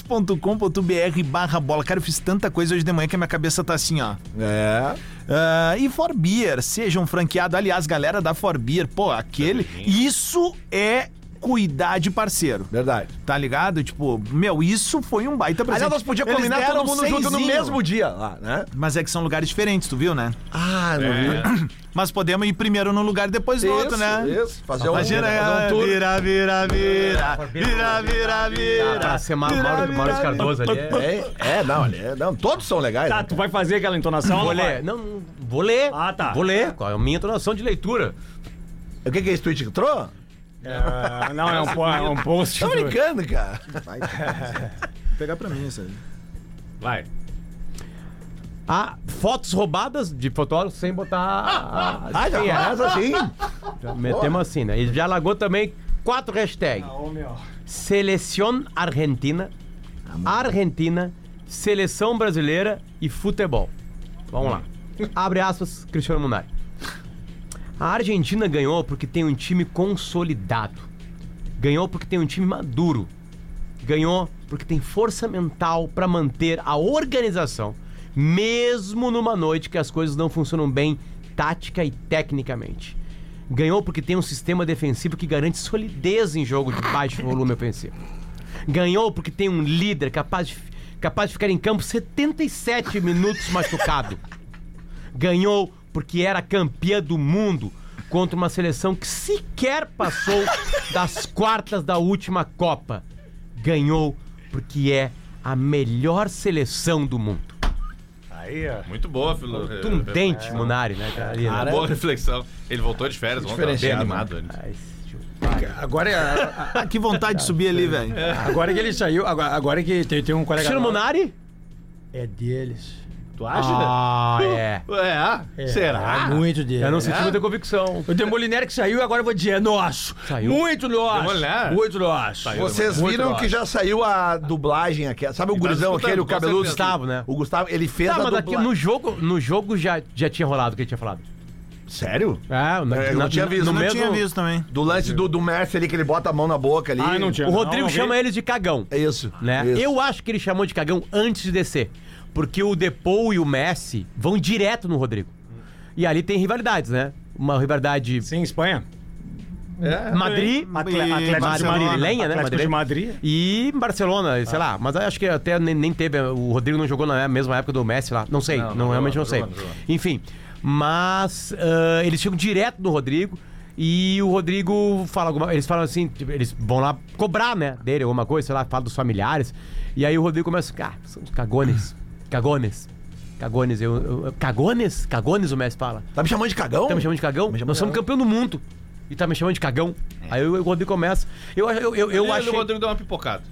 grupoflex.com.br barra bola. Cara, eu fiz tanta coisa hoje de manhã que a minha cabeça tá assim, ó. É. Ah, e Forbeer, sejam franqueados. um Aliás, galera da Forbeer, pô, aquele. Isso é cuidar de parceiro. Verdade. Tá ligado? Tipo, meu, isso foi um baita presente. Aliás, nós podíamos Eles combinar deram todo mundo junto no seisinho. mesmo dia lá, né? Mas é que são lugares diferentes, tu viu, né? Ah, não vi. Mas podemos ir primeiro num lugar e depois no outro, né? Isso, fazer um, Imagina, fazer um é, tour. vira, vira, vira, vira, vira, Ah, pra vira. ser Mauro, Mauro, Maurício Cardoso ali. É. É, é, não, ele é, não, todos são legais. Tá, né? tu vai fazer aquela entonação? Vou ou não vai? ler. Não, não, vou ler. Ah, tá. Vou ler. Qual é a minha entonação de leitura? O que, que é esse tweet que entrou? Ah, não, é um, po- é um post. Tô brincando, cara. Pegar pra mim isso aí. Vai. Ah, fotos roubadas de fotógrafo sem botar. a- Ah, já quem é. começa assim. Já Metemos assim, né? Ele já largou também quatro hashtags: Ô, meu. Seleção Argentina, Argentina, Seleção Brasileira e Futebol. Vamos lá. Abre aspas, Cristiano Munari. A Argentina ganhou porque tem um time consolidado. Ganhou porque tem um time maduro. Ganhou porque tem força mental para manter a organização, mesmo numa noite que as coisas não funcionam bem tática e tecnicamente. Ganhou porque tem um sistema defensivo que garante solidez em jogo de baixo volume ofensivo. Ganhou porque tem um líder capaz de, capaz de ficar em campo 77 minutos machucado ganhou porque era campeã do mundo contra uma seleção que sequer passou das quartas da última Copa. Ganhou porque é a melhor seleção do mundo. Muito boa, Filo. é, Tundente, Munari, né? cara? Ali, né? é, boa reflexão. Ele voltou de férias ontem, tava bem animado. né? Ai, esse tio. Agora, é- Ah, que vontade de subir ali, velho. agora é que ele saiu, agora, agora é que tem, tem um colega. Cristiano Munari? É deles. Tu acha? Ah, é. É, ah, será? É muito deles. Eu não senti muita convicção. O Demoliner que saiu, agora eu vou dizer, é nosso. Saiu. Muito nosso. Demoliner? Muito nosso. Vocês viram que já saiu a dublagem aqui. Sabe o gurizão escutando, aquele, o com cabeludo? certeza. Gustavo, né? O Gustavo, ele fez Tá, é a mas aqui dublagem. no jogo, no jogo já, já tinha rolado o que ele tinha falado. Sério? É, na, eu não tinha visto, no não Eu mesmo, tinha visto também. Do lance do, do Messi ali, que ele bota a mão na boca ali. Ah, não tinha. O Rodrigo Não, não vi. chama eles de cagão. É isso. né? isso. Eu acho que ele chamou de cagão antes de descer. Porque o Depou e o Messi vão direto no Rodrigo. E ali tem rivalidades, né? Uma rivalidade Sim, Espanha. É. É. Madrid, Atle- E Atlético de Barcelona. Madrid. Madrilenha, né? Atlético de Madrid. e Barcelona, sei lá. Mas acho que até nem, nem teve. O Rodrigo não jogou na mesma época do Messi lá. Não sei, não, realmente não sei. Enfim, mas ah, eles chegam direto no Rodrigo. E o Rodrigo fala alguma Eles falam assim, tipo, eles vão lá cobrar, né? Dele alguma coisa, sei lá, fala dos familiares. E aí o Rodrigo começa, ah, são uns cagones. Cagones. Cagones, eu, eu- eu- Cagones? Cagones, o Messi fala. Tá me chamando de cagão? Tá me chamando de cagão? Nós somos campeão do mundo. E tá me chamando de cagão. Aí o o Rodrigo começa. Eu, eu, eu, eu Eu acho achei. que o Rodrigo deu uma pipocada.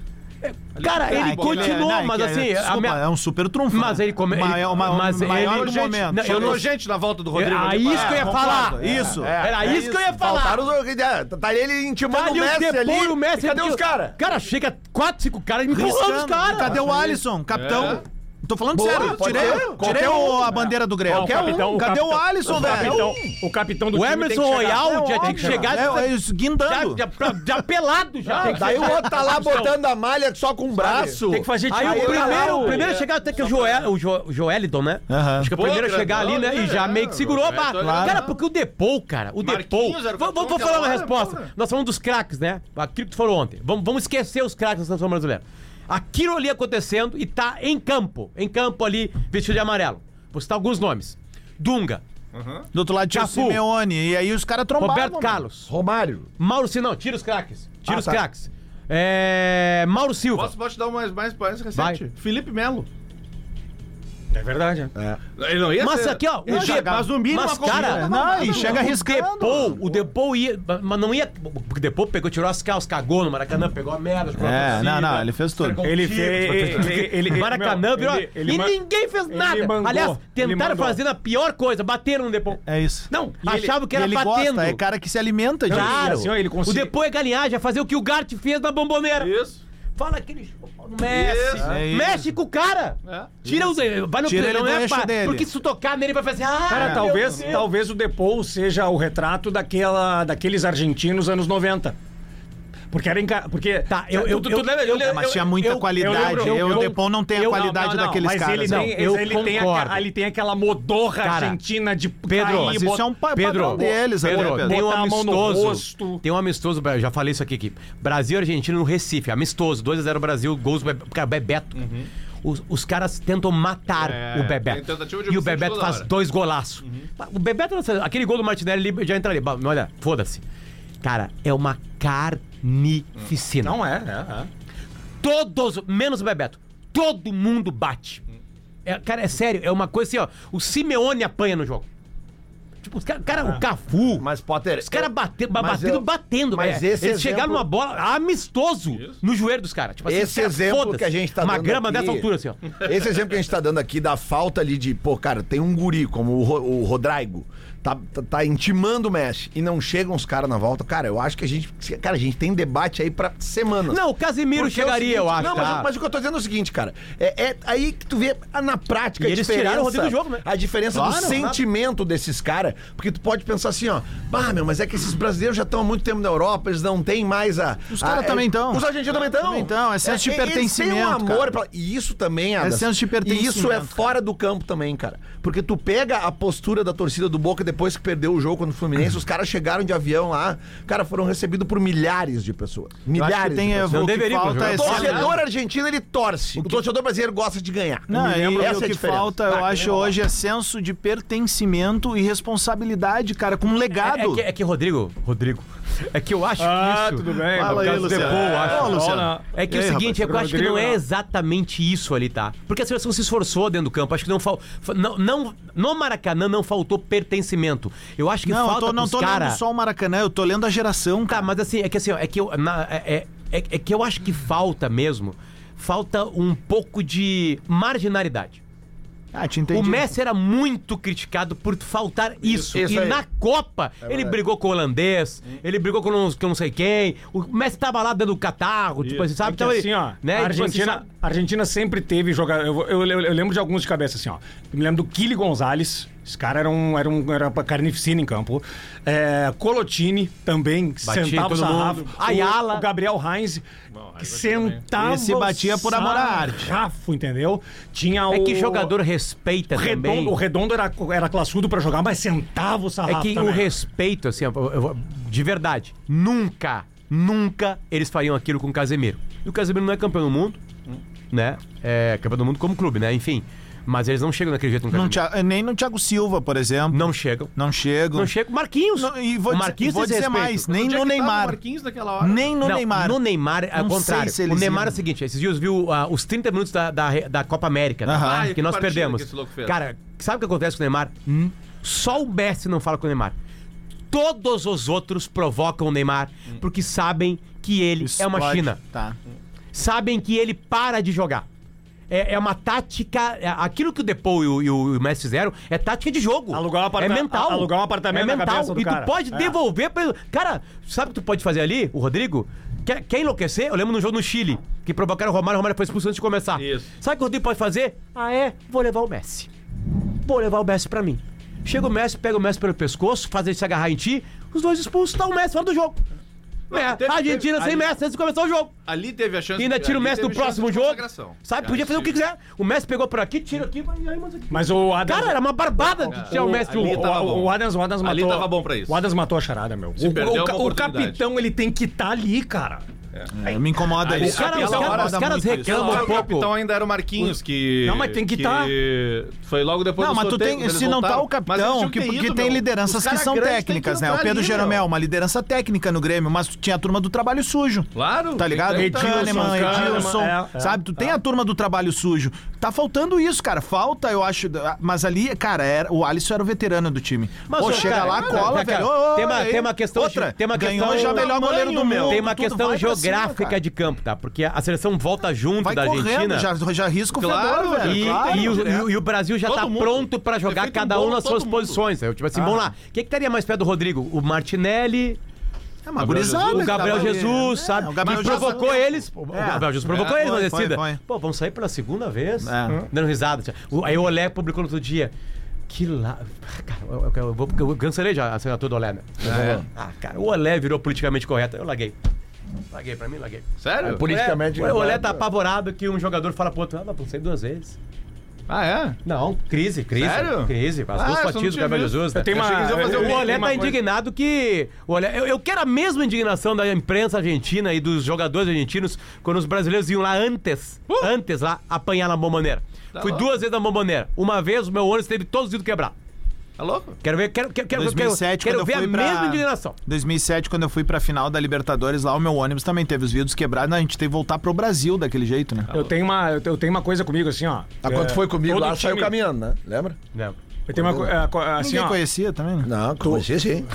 Cara, é ele que continuou, não, é mas que é- assim. a desculpa, minha- é um super trunfo. Mas né? ele come- Ma- ele- é o ma- mas maior ele- do gente, momento. não, eu Chegou não- É, gente na volta do Rodrigo. Era ali pra- isso que eu ia falar. concordo, é. isso. É, Era isso que eu ia falar. Faltaram os- é, tá- Tá ele intimando o Tá ali Messi depõe ali. o Messi. e cadê porque os o- caras? Cara, chega quatro, cinco caras empurrando os caras. Cadê o Alisson, capitão? Tô falando sério, pode tirei, ser. tirei Qualquer o- a bandeira do Grêmio. Qualquer um. capitão, o Cadê o capitão. Alisson, velho? Capitão, o capitão do O time tem Emerson que chegar. Royal já tem que chegar É, é, já- esguindando. já- já- já pelado já. Daí o outro tá Então, lá botando a malha só com o braço. Tem que fazer de Aí o eu- tipo, primeiro, o primeiro a chegar até que é o Joel, o Jo- Joeliton, né? Aham. Acho que é o Pô, primeiro a chegar ali, grandão, né? E né? já meio que segurou a Joeliton barra. era Cara, grandão. porque o Depou, cara, o Depou. Marquinhos era Vou, vou- vou capitão falar uma daquela hora, resposta. porra. Nós falamos dos craques, né? Aquilo que tu falou ontem. Vamos, vamos esquecer os craques da seleção brasileira. Aquilo ali acontecendo e tá em campo. Em campo ali, vestido de amarelo. Vou citar alguns nomes. Dunga, Do outro lado tinha o Cafu. Simeone. E aí os caras trombaram. Roberto mano. Carlos, Romário. Mauro Silva. Não, tira os craques. Tira Ah, os tá. craques. É, Mauro Silva. Posso, posso te dar um mais, mais, mais recente? Vai. Felipe Melo. É verdade, né? Ele não ia Mas ser- aqui, ó, o Ele De- ia- Mas o mínimo mas, a corrida cara, tava não, lá, Tá e né? chega arriscando. O Depou, o Depou ia. Mas não ia. O Depou pegou, tirou as calças, cagou no Maracanã, pegou a merda. jogou a É, não, torcida, não, ele fez tudo. estragou o Ele time, fez. ele- ele- ele- Maracanã meu, virou. ele- ele e man- ninguém fez ele nada. mandou, Aliás, ele tentaram mandou. fazer a pior coisa, bateram no Depou. É isso. Não, e ele- achavam que E era ele batendo. gosta, é cara que se alimenta disso. Claro. assim, ó, ele o consegui- Depou é galinhagem, é fazer o que o Gart fez na bomboneira. Isso. Fala aquele show no Messi. Isso. É isso. Mexe com o cara. É. Tira os. Vai no Tira play, ele não do é eixo pá, dele. Porque se tu tocar nele, vai fazer. Ah, Cara, meu talvez, Deus. talvez o Depou seja o retrato daquela, daqueles argentinos anos 90. Porque era em ca- porque Tá, eu- eu- tu, eu- tu lembra, eu, eu- Mas eu- tinha muita eu- eu qualidade. lembro- Eu, eu- o Depon não tem a eu- qualidade não, não, daqueles mas caras. ele não, tem, eu ele, tem concordo. aquela, ele tem aquela modorra Cara, argentina de Pedro, Mas mas isso é um pa- padrão Pedro, deles, né, Pedro, Pedro? tem um Botar a mão no amistoso. rosto. Tem um amistoso, eu já falei isso aqui, que Brasil e Argentina no Recife, amistoso, 2x0 Brasil, gols do Bebe- cara, Bebeto. Os, os caras tentam matar Uhum. É, o tem Bebeto. tentativa de E o homicídio Bebeto toda faz hora. Uhum. dois golaços. O Bebeto, aquele gol do Martinelli ele já entra ali. Bah, Olha, foda-se. Cara, é uma carnificina. Não é, é, Todos, menos o Bebeto, todo mundo bate. Hum. É, cara, é sério, é uma coisa assim, ó. O Simeone apanha no jogo. Tipo, os cara, cara, É. o Cafu. Uh, Mas, Potter... os caras eu- batendo, mas batendo, eu- batendo. mas é. esse Eles chegaram exemplo- numa bola amistoso no joelho dos caras. Tipo, assim, Esse cara, exemplo foda-se. que a gente tá Uma dando grama aqui- dessa altura, assim, ó. Esse exemplo que a gente tá dando aqui da falta ali de, pô, cara, tem um guri como o, Ro- o Rodrigo, tá, tá, tá intimando o Messi e não chegam os caras na volta. Cara, eu acho que a gente, cara, a gente tem debate aí pra semana. Não, o Casemiro Porque é o chegaria, eu seguinte- acho. Não, mas, tá? mas o que eu tô dizendo é o seguinte, cara. É, é aí que tu vê ah, na prática E a eles diferença. tiraram o Rodrigo do jogo, né? A diferença do sentimento desses caras. Porque tu pode pensar assim, ó. Bah, meu, mas é que esses brasileiros já estão há muito tempo na Europa, eles não têm mais a. Os a- caras é- também tão. Os argentinos também estão. Também tão, é senso de pertencimento, Eles têm um amor cara. É pra- E isso também, Adas, senso de E isso é pertencimento. fora do campo também, cara. Porque tu pega a postura da torcida do Boca depois que perdeu o jogo contra o Fluminense, os caras chegaram de avião lá, cara, foram recebidos por milhares de pessoas. Eu acho Milhares. que tem de é, pessoas. Não o que deveria, falta porque é O só- torcedor argentino ele torce. O, torcedor brasileiro gosta de ganhar. Não, Me e, lembra- e essa o é a que diferença. falta, eu acho, hoje é senso de pertencimento e responsabilidade, cara, com um legado. É, é que, é que, Rodrigo, Rodrigo, é que eu acho Ah, que isso... tudo bem. Fala aí, por causa do Luciano. Depou, É, acho. ô, Luciano. Olha, É que E é aí, o rapaz, seguinte, é que eu acho que Rodrigo, não é não. exatamente isso ali, tá? Porque a seleção se esforçou dentro do campo. Acho que não faltou. Não, não, no Maracanã não faltou pertencimento. Eu acho que não, eu falta tô, não pros tô cara... lendo só o Maracanã, eu tô lendo a geração, Tá, cara. mas assim, é que assim, ó, é que eu. na- é, é- é que eu acho que falta mesmo. Falta um pouco de marginalidade. Ah, te entendi. O Messi era muito criticado por faltar isso. isso e aí. na Copa, É ele brigou com o holandês, Hum. ele brigou com uns- com não sei quem. O Messi tava lá dando catarro, tipo assim, sabe? Sabe, Então, ele- assim, ó, né? Tipo a assim, Argentina, sabe? a Argentina sempre teve jogador. Eu, eu- eu- eu lembro de alguns de cabeça assim, ó. Eu me lembro do Kili Gonzalez. Esse cara era um, era um era uma carnificina em campo. É, Colotini também, que Batia em sentava todo o sarrafo. mundo. O- Ayala. O Gabriel Heinz, que sentava Esse o batia por amor à arte. sarrafo, entendeu? Tinha É o... que jogador respeita o Redondo, também. o Redondo era, era classudo pra jogar, mas sentava o É sarrafo que o né? também. respeito, assim, ó, eu- eu- de verdade, nunca, nunca eles fariam aquilo com o Casemiro. E o Casemiro não é campeão do mundo, né? É campeão do mundo como clube, né? Enfim. Mas eles não chegam daquele jeito no Não, Casemiro. Thi- nem no Thiago Silva, por exemplo. Não chegam. Não chegam. Não chegam. Marquinhos. Não, e vou o dizer- Marquinhos vou tem esse dizer respeito. mais, nem Onde é no que tava o Neymar. Marquinhos naquela hora. Nem no Não, Neymar. No Neymar, é Não o sei contrário. se o eles Neymar iam. é o seguinte: esses dias viu ah, os 30 minutos da, da, re- da Copa América, né? Aham. Ah, que que nós partida perdemos. que esse louco fez. Cara, sabe o que acontece com o Neymar? Hum, Só o Messi não fala com o Neymar. Todos os outros provocam o Neymar Hum. porque sabem que ele é uma Explode. China. Tá. Sabem que ele para de jogar. É, é uma tática. é- aquilo que o Depou e o, e o- e o Messi fizeram é tática de jogo. Alugar um aparta- é mental. a- alugar um apartamento é na mental. cabeça do e cara. tu pode É. devolver pra ele. Cara, sabe o que tu pode fazer ali, o Rodrigo? Quer, quer enlouquecer? Eu lembro no jogo no Chile, que provocaram o Romário, o Romário foi expulso antes de começar. Isso. Sabe o que o Rodrigo pode fazer? Ah, é? Vou levar o Messi. Vou levar o Messi pra mim. Chega o Messi, pega o Messi pelo pescoço, faz ele se agarrar em ti, os dois expulsos, tá o Messi fora do jogo. Né? teve- a Argentina teve- sem ali- Messi antes de começar o jogo. Ali teve a chance. E ainda tira o ali Messi do teve é chance próximo de jogo. consagração. Sabe? Já Podia fazer o que tive. quiser. O Messi pegou por aqui, tira aqui, vai, aí, manda aqui. Mas o Adams. Cara, era uma barbada de tirar o Messi de um. ali o, tava o, bom. o Adams, o Adams Ali matou. tava bom pra isso. O Adams matou a charada, meu. O, perdeu o uma ca- o oportunidade. capitão, ele tem que estar ali, cara. É, me incomoda Os isso. caras- os Aquela caras- hora os dá caras muito isso. reclamam um O capitão pouco. ainda era o Marquinhos, que. Não, mas tem que tá. Foi logo depois Não, do mas tu sorteio, tem, quando eles se não tá voltaram. o Mas eles capitão, tinham que, ter porque ido, tem meu. lideranças Os que caras são grandes têm técnicas, né? lutar O Pedro ali, Jeromel, meu. uma liderança técnica no Grêmio, mas tu tinha a turma do trabalho sujo. Claro. Então, Tá ligado? tem que lutar. Kahneman, Kahneman, Edilson, é, é, sabe? Tu tem a turma do trabalho sujo. Tá faltando isso, cara. Falta, eu acho. Mas ali, cara, era, o Alisson era o veterano do time. Mas, Pô, ô, chega cara, lá, cara, cola, cara, velho. Ô, tem, ô, uma, aí. tem uma questão. Outra, tem uma questão, ganhou já é melhor goleiro do mundo. Tem uma tudo, questão vai pra cima, geográfica cara. de campo, tá? Porque a seleção volta junto Vai da correndo, Argentina. já, já risco Claro, o fedor, velho. E, claro. e o, e o- e o Brasil já Todo tá mundo. pronto pra jogar Perfeito, cada um um bom, nas todo suas mundo. posições. Eu, tipo assim, Ah. vamos lá. Quem que estaria mais perto do Rodrigo? O Martinelli, É uma gurizada, o Gabriel cara. Jesus, É, sabe? o Gabriel Mas Jesus- provocou eles. O Gabriel Jesus provocou É, eles na foi, foi, descida. foi. Pô, vamos sair pela segunda vez? É. Hum. Dando risada. tia. O- Aí o Olé publicou no outro dia. Que lá. Cara, eu, eu- eu vou- eu cancelei já a assinatura do Olé, né? é? Ah, cara, o Olé virou politicamente correto. Eu laguei. Laguei, pra mim, laguei. É, Sério? Politicamente. O é Olé tá apavorado que um jogador fala pro outro: Ah, não, pensei duas vezes. Ah, é? Não, crise, crise. Sério? Crise. As Ah, duas isso eu não fatias do tinha Gabriel visto. Jesus. Né? Eu tenho uma- achei que eles iam fazer eu- o O Olé mesma tá coisa. indignado que. O Olé, eu, eu quero a mesma indignação da imprensa argentina e dos jogadores argentinos quando os brasileiros iam lá antes, antes lá, apanhar na bomboneira. Fui Uh! Tá louco. duas vezes na bomboneira. Uma vez o meu ônibus teve todos os vidros quebrados. Tá louco? Quero ver, quero, quero, quero, 2007, quero, quando quero ver eu a fui pra- mesma indignação. 2007, quando eu fui pra final da Libertadores, lá o meu ônibus também teve os vidros quebrados. A gente teve que voltar pro Brasil daquele jeito, né? Eu tenho uma, eu tenho uma coisa comigo, assim, ó. Tá, Ah, quando É, foi comigo todo lá, saiu time- caminhando, né? Lembra? Não. Eu tenho uma co- é, co- assim, Ninguém ó. conhecia também, né? Não, assim. conheci sim.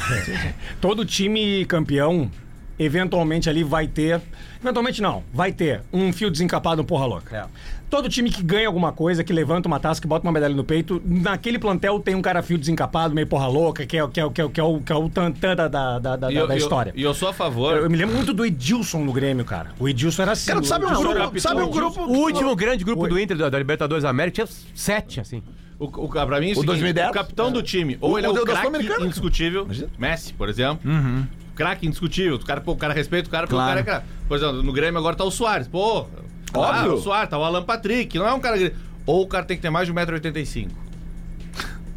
todo time campeão, eventualmente ali vai ter. Eventualmente não, vai ter um fio desencapado, um porra louca. É. Todo time que ganha alguma coisa, que levanta uma taça, que bota uma medalha no peito, naquele plantel tem um cara fio desencapado, meio porra louca, que é, o- que é, o- que é, o- que é o, que é o tantã da, da, da, da, E eu- da eu- história. E eu sou a favor. Eu, eu me lembro muito do Edilson no Grêmio, cara. O Edilson era assim. Cara, tu sabe o um Edilson grupo- era capitão, sabe um Edilson- grupo O último grande grupo Oi. do Inter, da, da Libertadores da América, tinha sete, assim. O, o, pra mim, é o, seguinte, 2010? o capitão do time, ou O- ele é o da o craque Sul-Americana. indiscutível, Messi, por exemplo. Craque indiscutível. O cara, pô, o cara respeita o cara, porque Claro. o cara é craque. Por exemplo, no Grêmio agora tá o Soares. Pô, Óbvio. Ah, o Soares, tá o Alan Patrick. Não é um cara. grande. Ou o cara tem que ter mais de 1,85m.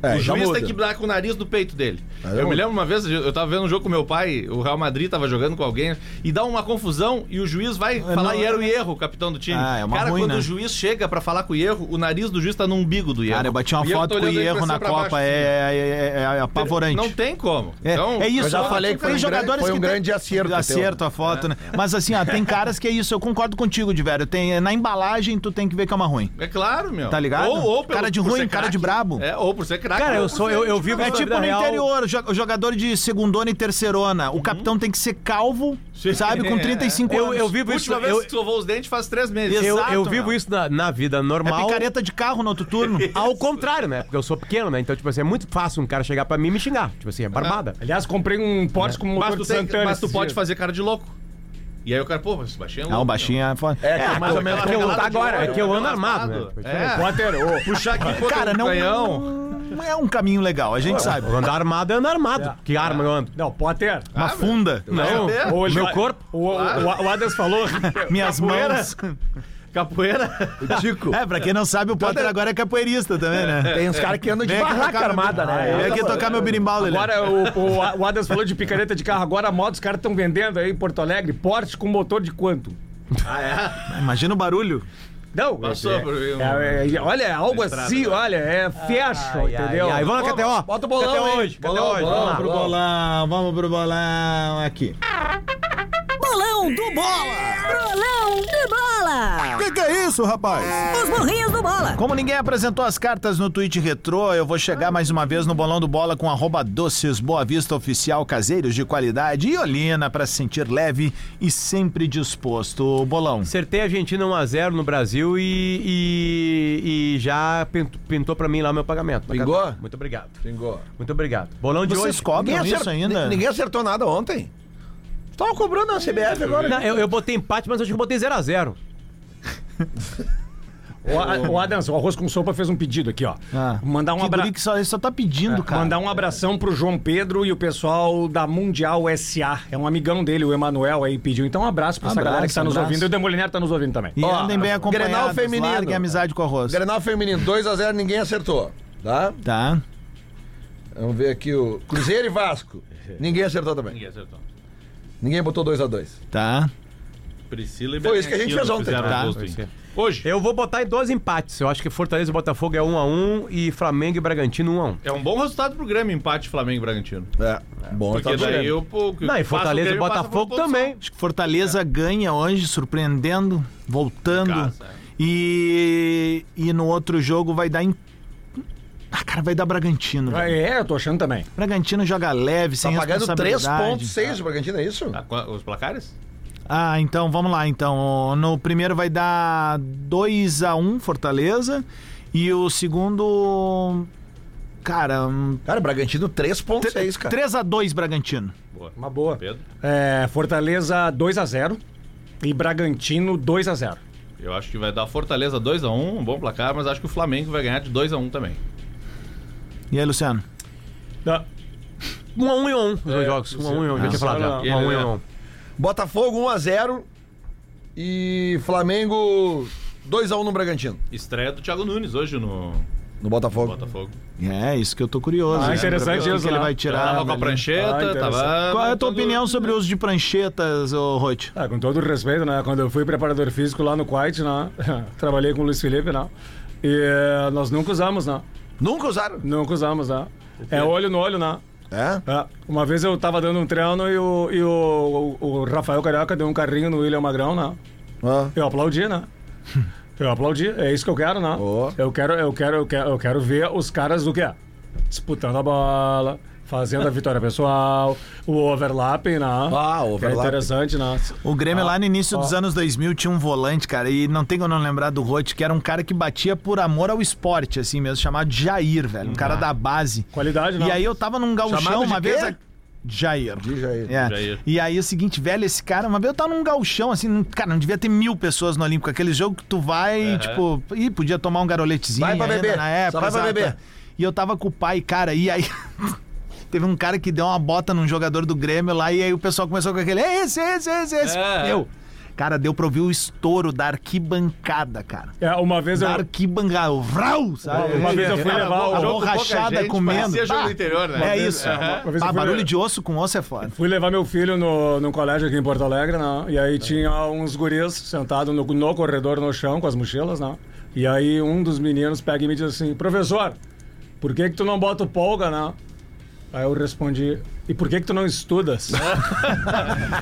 É, o já juiz muda. tem que dar com o nariz do peito dele. Mas eu é me muito. lembro uma vez, eu tava vendo um jogo com meu pai, o Real Madrid tava jogando com alguém, e dá uma confusão e o juiz vai não- falar e era o erro, o capitão do time. Ah, é uma cara, ruim, quando né? o juiz chega pra falar com o erro, o nariz do juiz tá no umbigo do erro. Cara, eu bati uma foto com o Hierro na Copa, é, é, é- é- é apavorante. assim. Não tem como. Então, É, é isso, eu já falei que foi tem um gran- jogadores foi um que tem- grande acerto teu. É. Acerto a foto, né? Mas assim, ó, tem caras que é isso, eu concordo contigo, de velho. Tem, é, na embalagem, tu tem que ver que é uma ruim. É claro, meu. Tá ligado? Ou, ou pelo- Cara de por ruim, ser cara craque. de brabo. É, ou por ser craque. Cara, ou eu por sou. ser Eu, eu gente vivo boa. É isso na tipo vida no real. interior, jo- o jogador de segundona e terceirona. Uhum. O capitão tem que ser calvo, sabe? É. Com 35 Eu, anos. eu vivo isso. Última vez Eu, que escovou os dentes faz três meses. eu, eu Exato, vivo meu. isso na, na vida É normal. picareta de carro no outro turno. Ao contrário, né? Porque eu sou pequeno, né? Então, tipo assim, é muito fácil um cara chegar pra mim e me xingar. Tipo assim, é barbada. Aliás, comprei um Porsche com motor É. Mas tu, de tem- Santana. mas tu esses pode dias. fazer cara de louco. E aí o cara, pô, mas esse baixinho é louco. Não, baixinho é foda. É, que é mais ou menos Aquela como calada tá de agora. olho, é que eu olho ando armado, raspado. né? É. Potter, ô, Puxar aqui contra Cara, um não, canhão. não é um caminho legal, a gente sabe. Eu andar armado, eu ando armado. Que arma eu ando? Não, Potter. ah, Uma funda. Não, é? o ele meu vai- corpo. O, o, o Adams falou. Minhas mãos. Capoeira. Tico, É, pra quem não sabe, o Potter agora é capoeirista também, né? Então, tem uns caras que andam de Vem aqui barraca tocar meu- armada, né? Vem aqui tocar meu berimbau, Lelê. Agora o, o, o Adams falou de picareta de carro, agora a moto, os caras estão vendendo aí em Porto Alegre Porsche com motor de quanto? Imagina o barulho. Não, Passou por mim. um- é, é, olha, algo Estrada, assim, né? olha, é fiasco, entendeu? ai, ai. Vamos na KTO. Bota o bolão, KTO hein? hoje, KTO Bolão, hoje. bolão, Vamos lá. Pro bolão, vamos pro bolão aqui. Bolão do Bola! Bolão do Bola! Que que é isso, rapaz? Os burrinhos do Bola! Como ninguém apresentou as cartas no tweet retrô, eu vou chegar mais uma vez no bolão do bola com arroba doces Boa Vista Oficial, caseiros de qualidade e Olina pra se sentir leve e sempre disposto. Bolão. Acertei a Argentina 1x0 no Brasil e, e, e já pintou, pintou pra mim lá meu pagamento. Pingou? Muito obrigado. Pingou. Muito obrigado. Bolão de Vocês hoje. cobram Ninguém isso acertou- ainda? ni- Ninguém acertou nada ontem. Tava cobrando a CBF agora. Não, eu, eu botei empate, mas acho que eu botei 0x0. O, A- o Adams, o Arroz com Sopa fez um pedido aqui, ó. Ah, Mandar um que abraço. guri que só, ele só tá pedindo, É, cara. Mandar um abração pro João Pedro e o pessoal da Mundial SA. É um amigão dele, o Emanuel aí pediu. Então um abraço pra essa Abraço, galera que tá nos abraço. ouvindo. E o Demoliner tá nos ouvindo também. E Ó, andem bem acompanhados. Grenal feminino. Larguem a amizade com o arroz. Grenal feminino, 2x0, ninguém acertou. Tá? Tá. Vamos ver aqui o Cruzeiro e Vasco. Ninguém acertou também. Ninguém acertou. Ninguém botou 2x2. Tá. Priscila e Foi isso que a gente Betancourt fez ontem. fizeram Tá. gosto Foi em- isso. Hoje. Eu vou botar em dois empates. Eu acho que Fortaleza e Botafogo é 1x1 e Flamengo e Bragantino 1x1. É um bom resultado pro Grêmio, empate Flamengo e Bragantino. É. Bom, Porque tá daí doendo. eu pô, Não, e faço o Fortaleza e Grêmio, passa Botafogo por pontuação. também. Acho que Fortaleza ganha hoje, surpreendendo, voltando. Em casa, é. E, e no outro jogo vai dar. Em... Ah, cara, vai dar Bragantino. velho. É, eu tô achando também. Bragantino joga leve, Tá sem pagando responsabilidade. 3,6 o Bragantino, é isso? Ah, qua- os placares? Ah, então vamos lá. Então, no primeiro vai dar 2 a 1 Fortaleza. E o segundo. Cara, um, Cara, Bragantino 3,6, cara. 3 a 2 Bragantino. Boa. Uma boa. Pedro, É, Fortaleza 2x0 e Bragantino 2x0. eu acho que vai dar Fortaleza 2x1, um bom placar, mas acho que o Flamengo vai ganhar de 2x1 também. E aí, Luciano? 1x1 e 1 os dois jogos. 1x1 e 1, já tinha falado. já. É, não. 1x1 e 1. Botafogo 1x0 e Flamengo 2x1 no Bragantino. Estreia do Thiago Nunes hoje no No Botafogo. Botafogo. É, isso que eu tô curioso. Ah, né? Pra interessante ver o que isso, ele né? vai tava tirar. com a dali. prancheta, Ah, tava. Qual é a tua todo- opinião sobre o uso de pranchetas, ô Rote? Ah, com todo respeito, né? Quando eu fui preparador físico lá no Kuwait, né? Trabalhei com o Luiz Felipe, né? E eh, nós nunca usamos, né? Nunca usaram. Nunca usamos, né? É olho no olho, né? É? É, uma vez eu tava dando um treino e o, e o, o- o Rafael Carioca deu um carrinho no William Magrão, né? Ah. Eu aplaudi, né? Eu aplaudi, é isso que eu quero, né? Ó. Eu quero, eu quero, eu quero, eu quero ver os caras do quê? Disputando a bola, fazendo a vitória pessoal, o overlapping, né? Ah, Que É overlap. interessante, né? O Grêmio lá no início dos anos 2000 tinha um volante, cara, e não tem como não lembrar do Rote, que era um cara que batia por amor ao esporte, assim mesmo, chamado Jair, velho. Um cara da base. Qualidade, né? E aí eu tava num gauchão Chamado de uma quê? vez. a- Jair. De Jair. É. Jair. E aí o seguinte, velho, esse cara, uma vez eu tava num galchão, assim, não- cara, não devia ter mil pessoas no Olímpico. Aquele jogo que tu vai, tipo, ih, podia tomar um garoletezinho Vai pra ainda beber, na época. só vai pra exato. beber. E eu tava com o pai, cara, e aí. Teve um cara que deu uma bota num jogador do Grêmio lá, e aí o pessoal começou com aquele, "É esse, esse, esse, esse. É. Eu. Cara, deu pra ouvir o estouro da arquibancada, cara. É, uma vez eu. Da arquibancada, o vrau, sabe? Uma vez eu fui Ah, levar a bom, o- jogo com pouca borrachada gente, comendo. Parecia jogo Bah. do interior, né? É isso. Aham. Uma vez eu Ah, fui- barulho de osso com osso é foda. Fui levar meu filho no, num colégio aqui em Porto Alegre, né? E aí tinha uns guris sentados no, no corredor, no chão, com as mochilas, né? E aí um dos meninos pega e me diz assim, professor, por que que tu não bota o polga, né? Aí eu respondi, e por que que tu não estudas?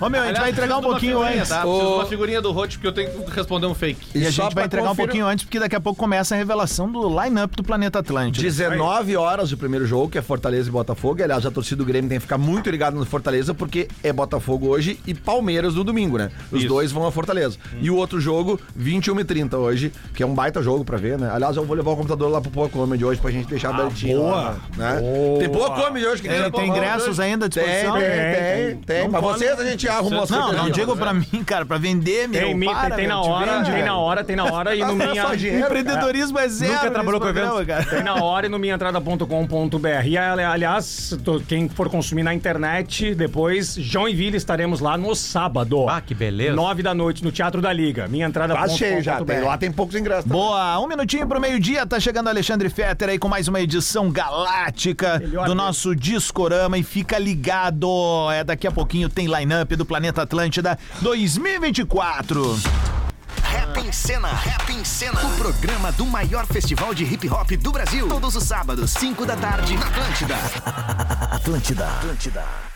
Ô meu, a gente vai entregar um pouquinho antes. Tá? Preciso de uma figurinha do Rote, porque eu tenho que responder um fake. E, a só gente pra vai entregar um confirmar- pouquinho antes, porque daqui a pouco começa a revelação do line-up do Planeta Atlântico. 19 horas o primeiro jogo, que é Fortaleza e Botafogo. Aliás, a torcida do Grêmio tem que ficar muito ligada no Fortaleza, porque é Botafogo hoje e Palmeiras no domingo, né? Os Isso. dois vão a Fortaleza. Hum. E o outro jogo, 21 e 30 hoje, que é um baita jogo pra ver, né? Aliás, eu vou levar o computador lá pro Poa Comedy hoje pra gente Ah, deixar abertinho. Boa! né? Tem Poa Comedy hoje que É, Tem, tem ingressos ainda à Tem, disposição? tem, tem, tem. Pra vocês a gente arruma as Não, não coisas. digo né? pra mim, cara, pra vender, meu. tem, mi- tem- para, tem na meu, te hora, vende, tem na velho. é hora, tem na hora, e no minha... Só dinheiro, Empreendedorismo é zero. Nunca nesse trabalhou com programa, eventos. cara. Tem na hora e no minhaentrada.com.br. E, ali- Aliás, to- quem for consumir na internet, depois, Joinville, estaremos lá no sábado. Ah, que beleza. Nove da noite, no Teatro da Liga. Minhaentrada.com.br. Quase Tá cheio já. Tem, lá tem poucos ingressos. Boa, um minutinho pro meio-dia, tá chegando Alexandre Fetter aí com mais uma edição galáctica do nosso Discorama e fica ligado, é daqui a pouquinho tem line-up do Planeta Atlântida 2024. Rap Rap em Cena. Rap em Cena. O programa do maior festival de hip hop do Brasil. Todos os sábados, 5 da tarde, na Atlântida. Atlântida. Atlântida.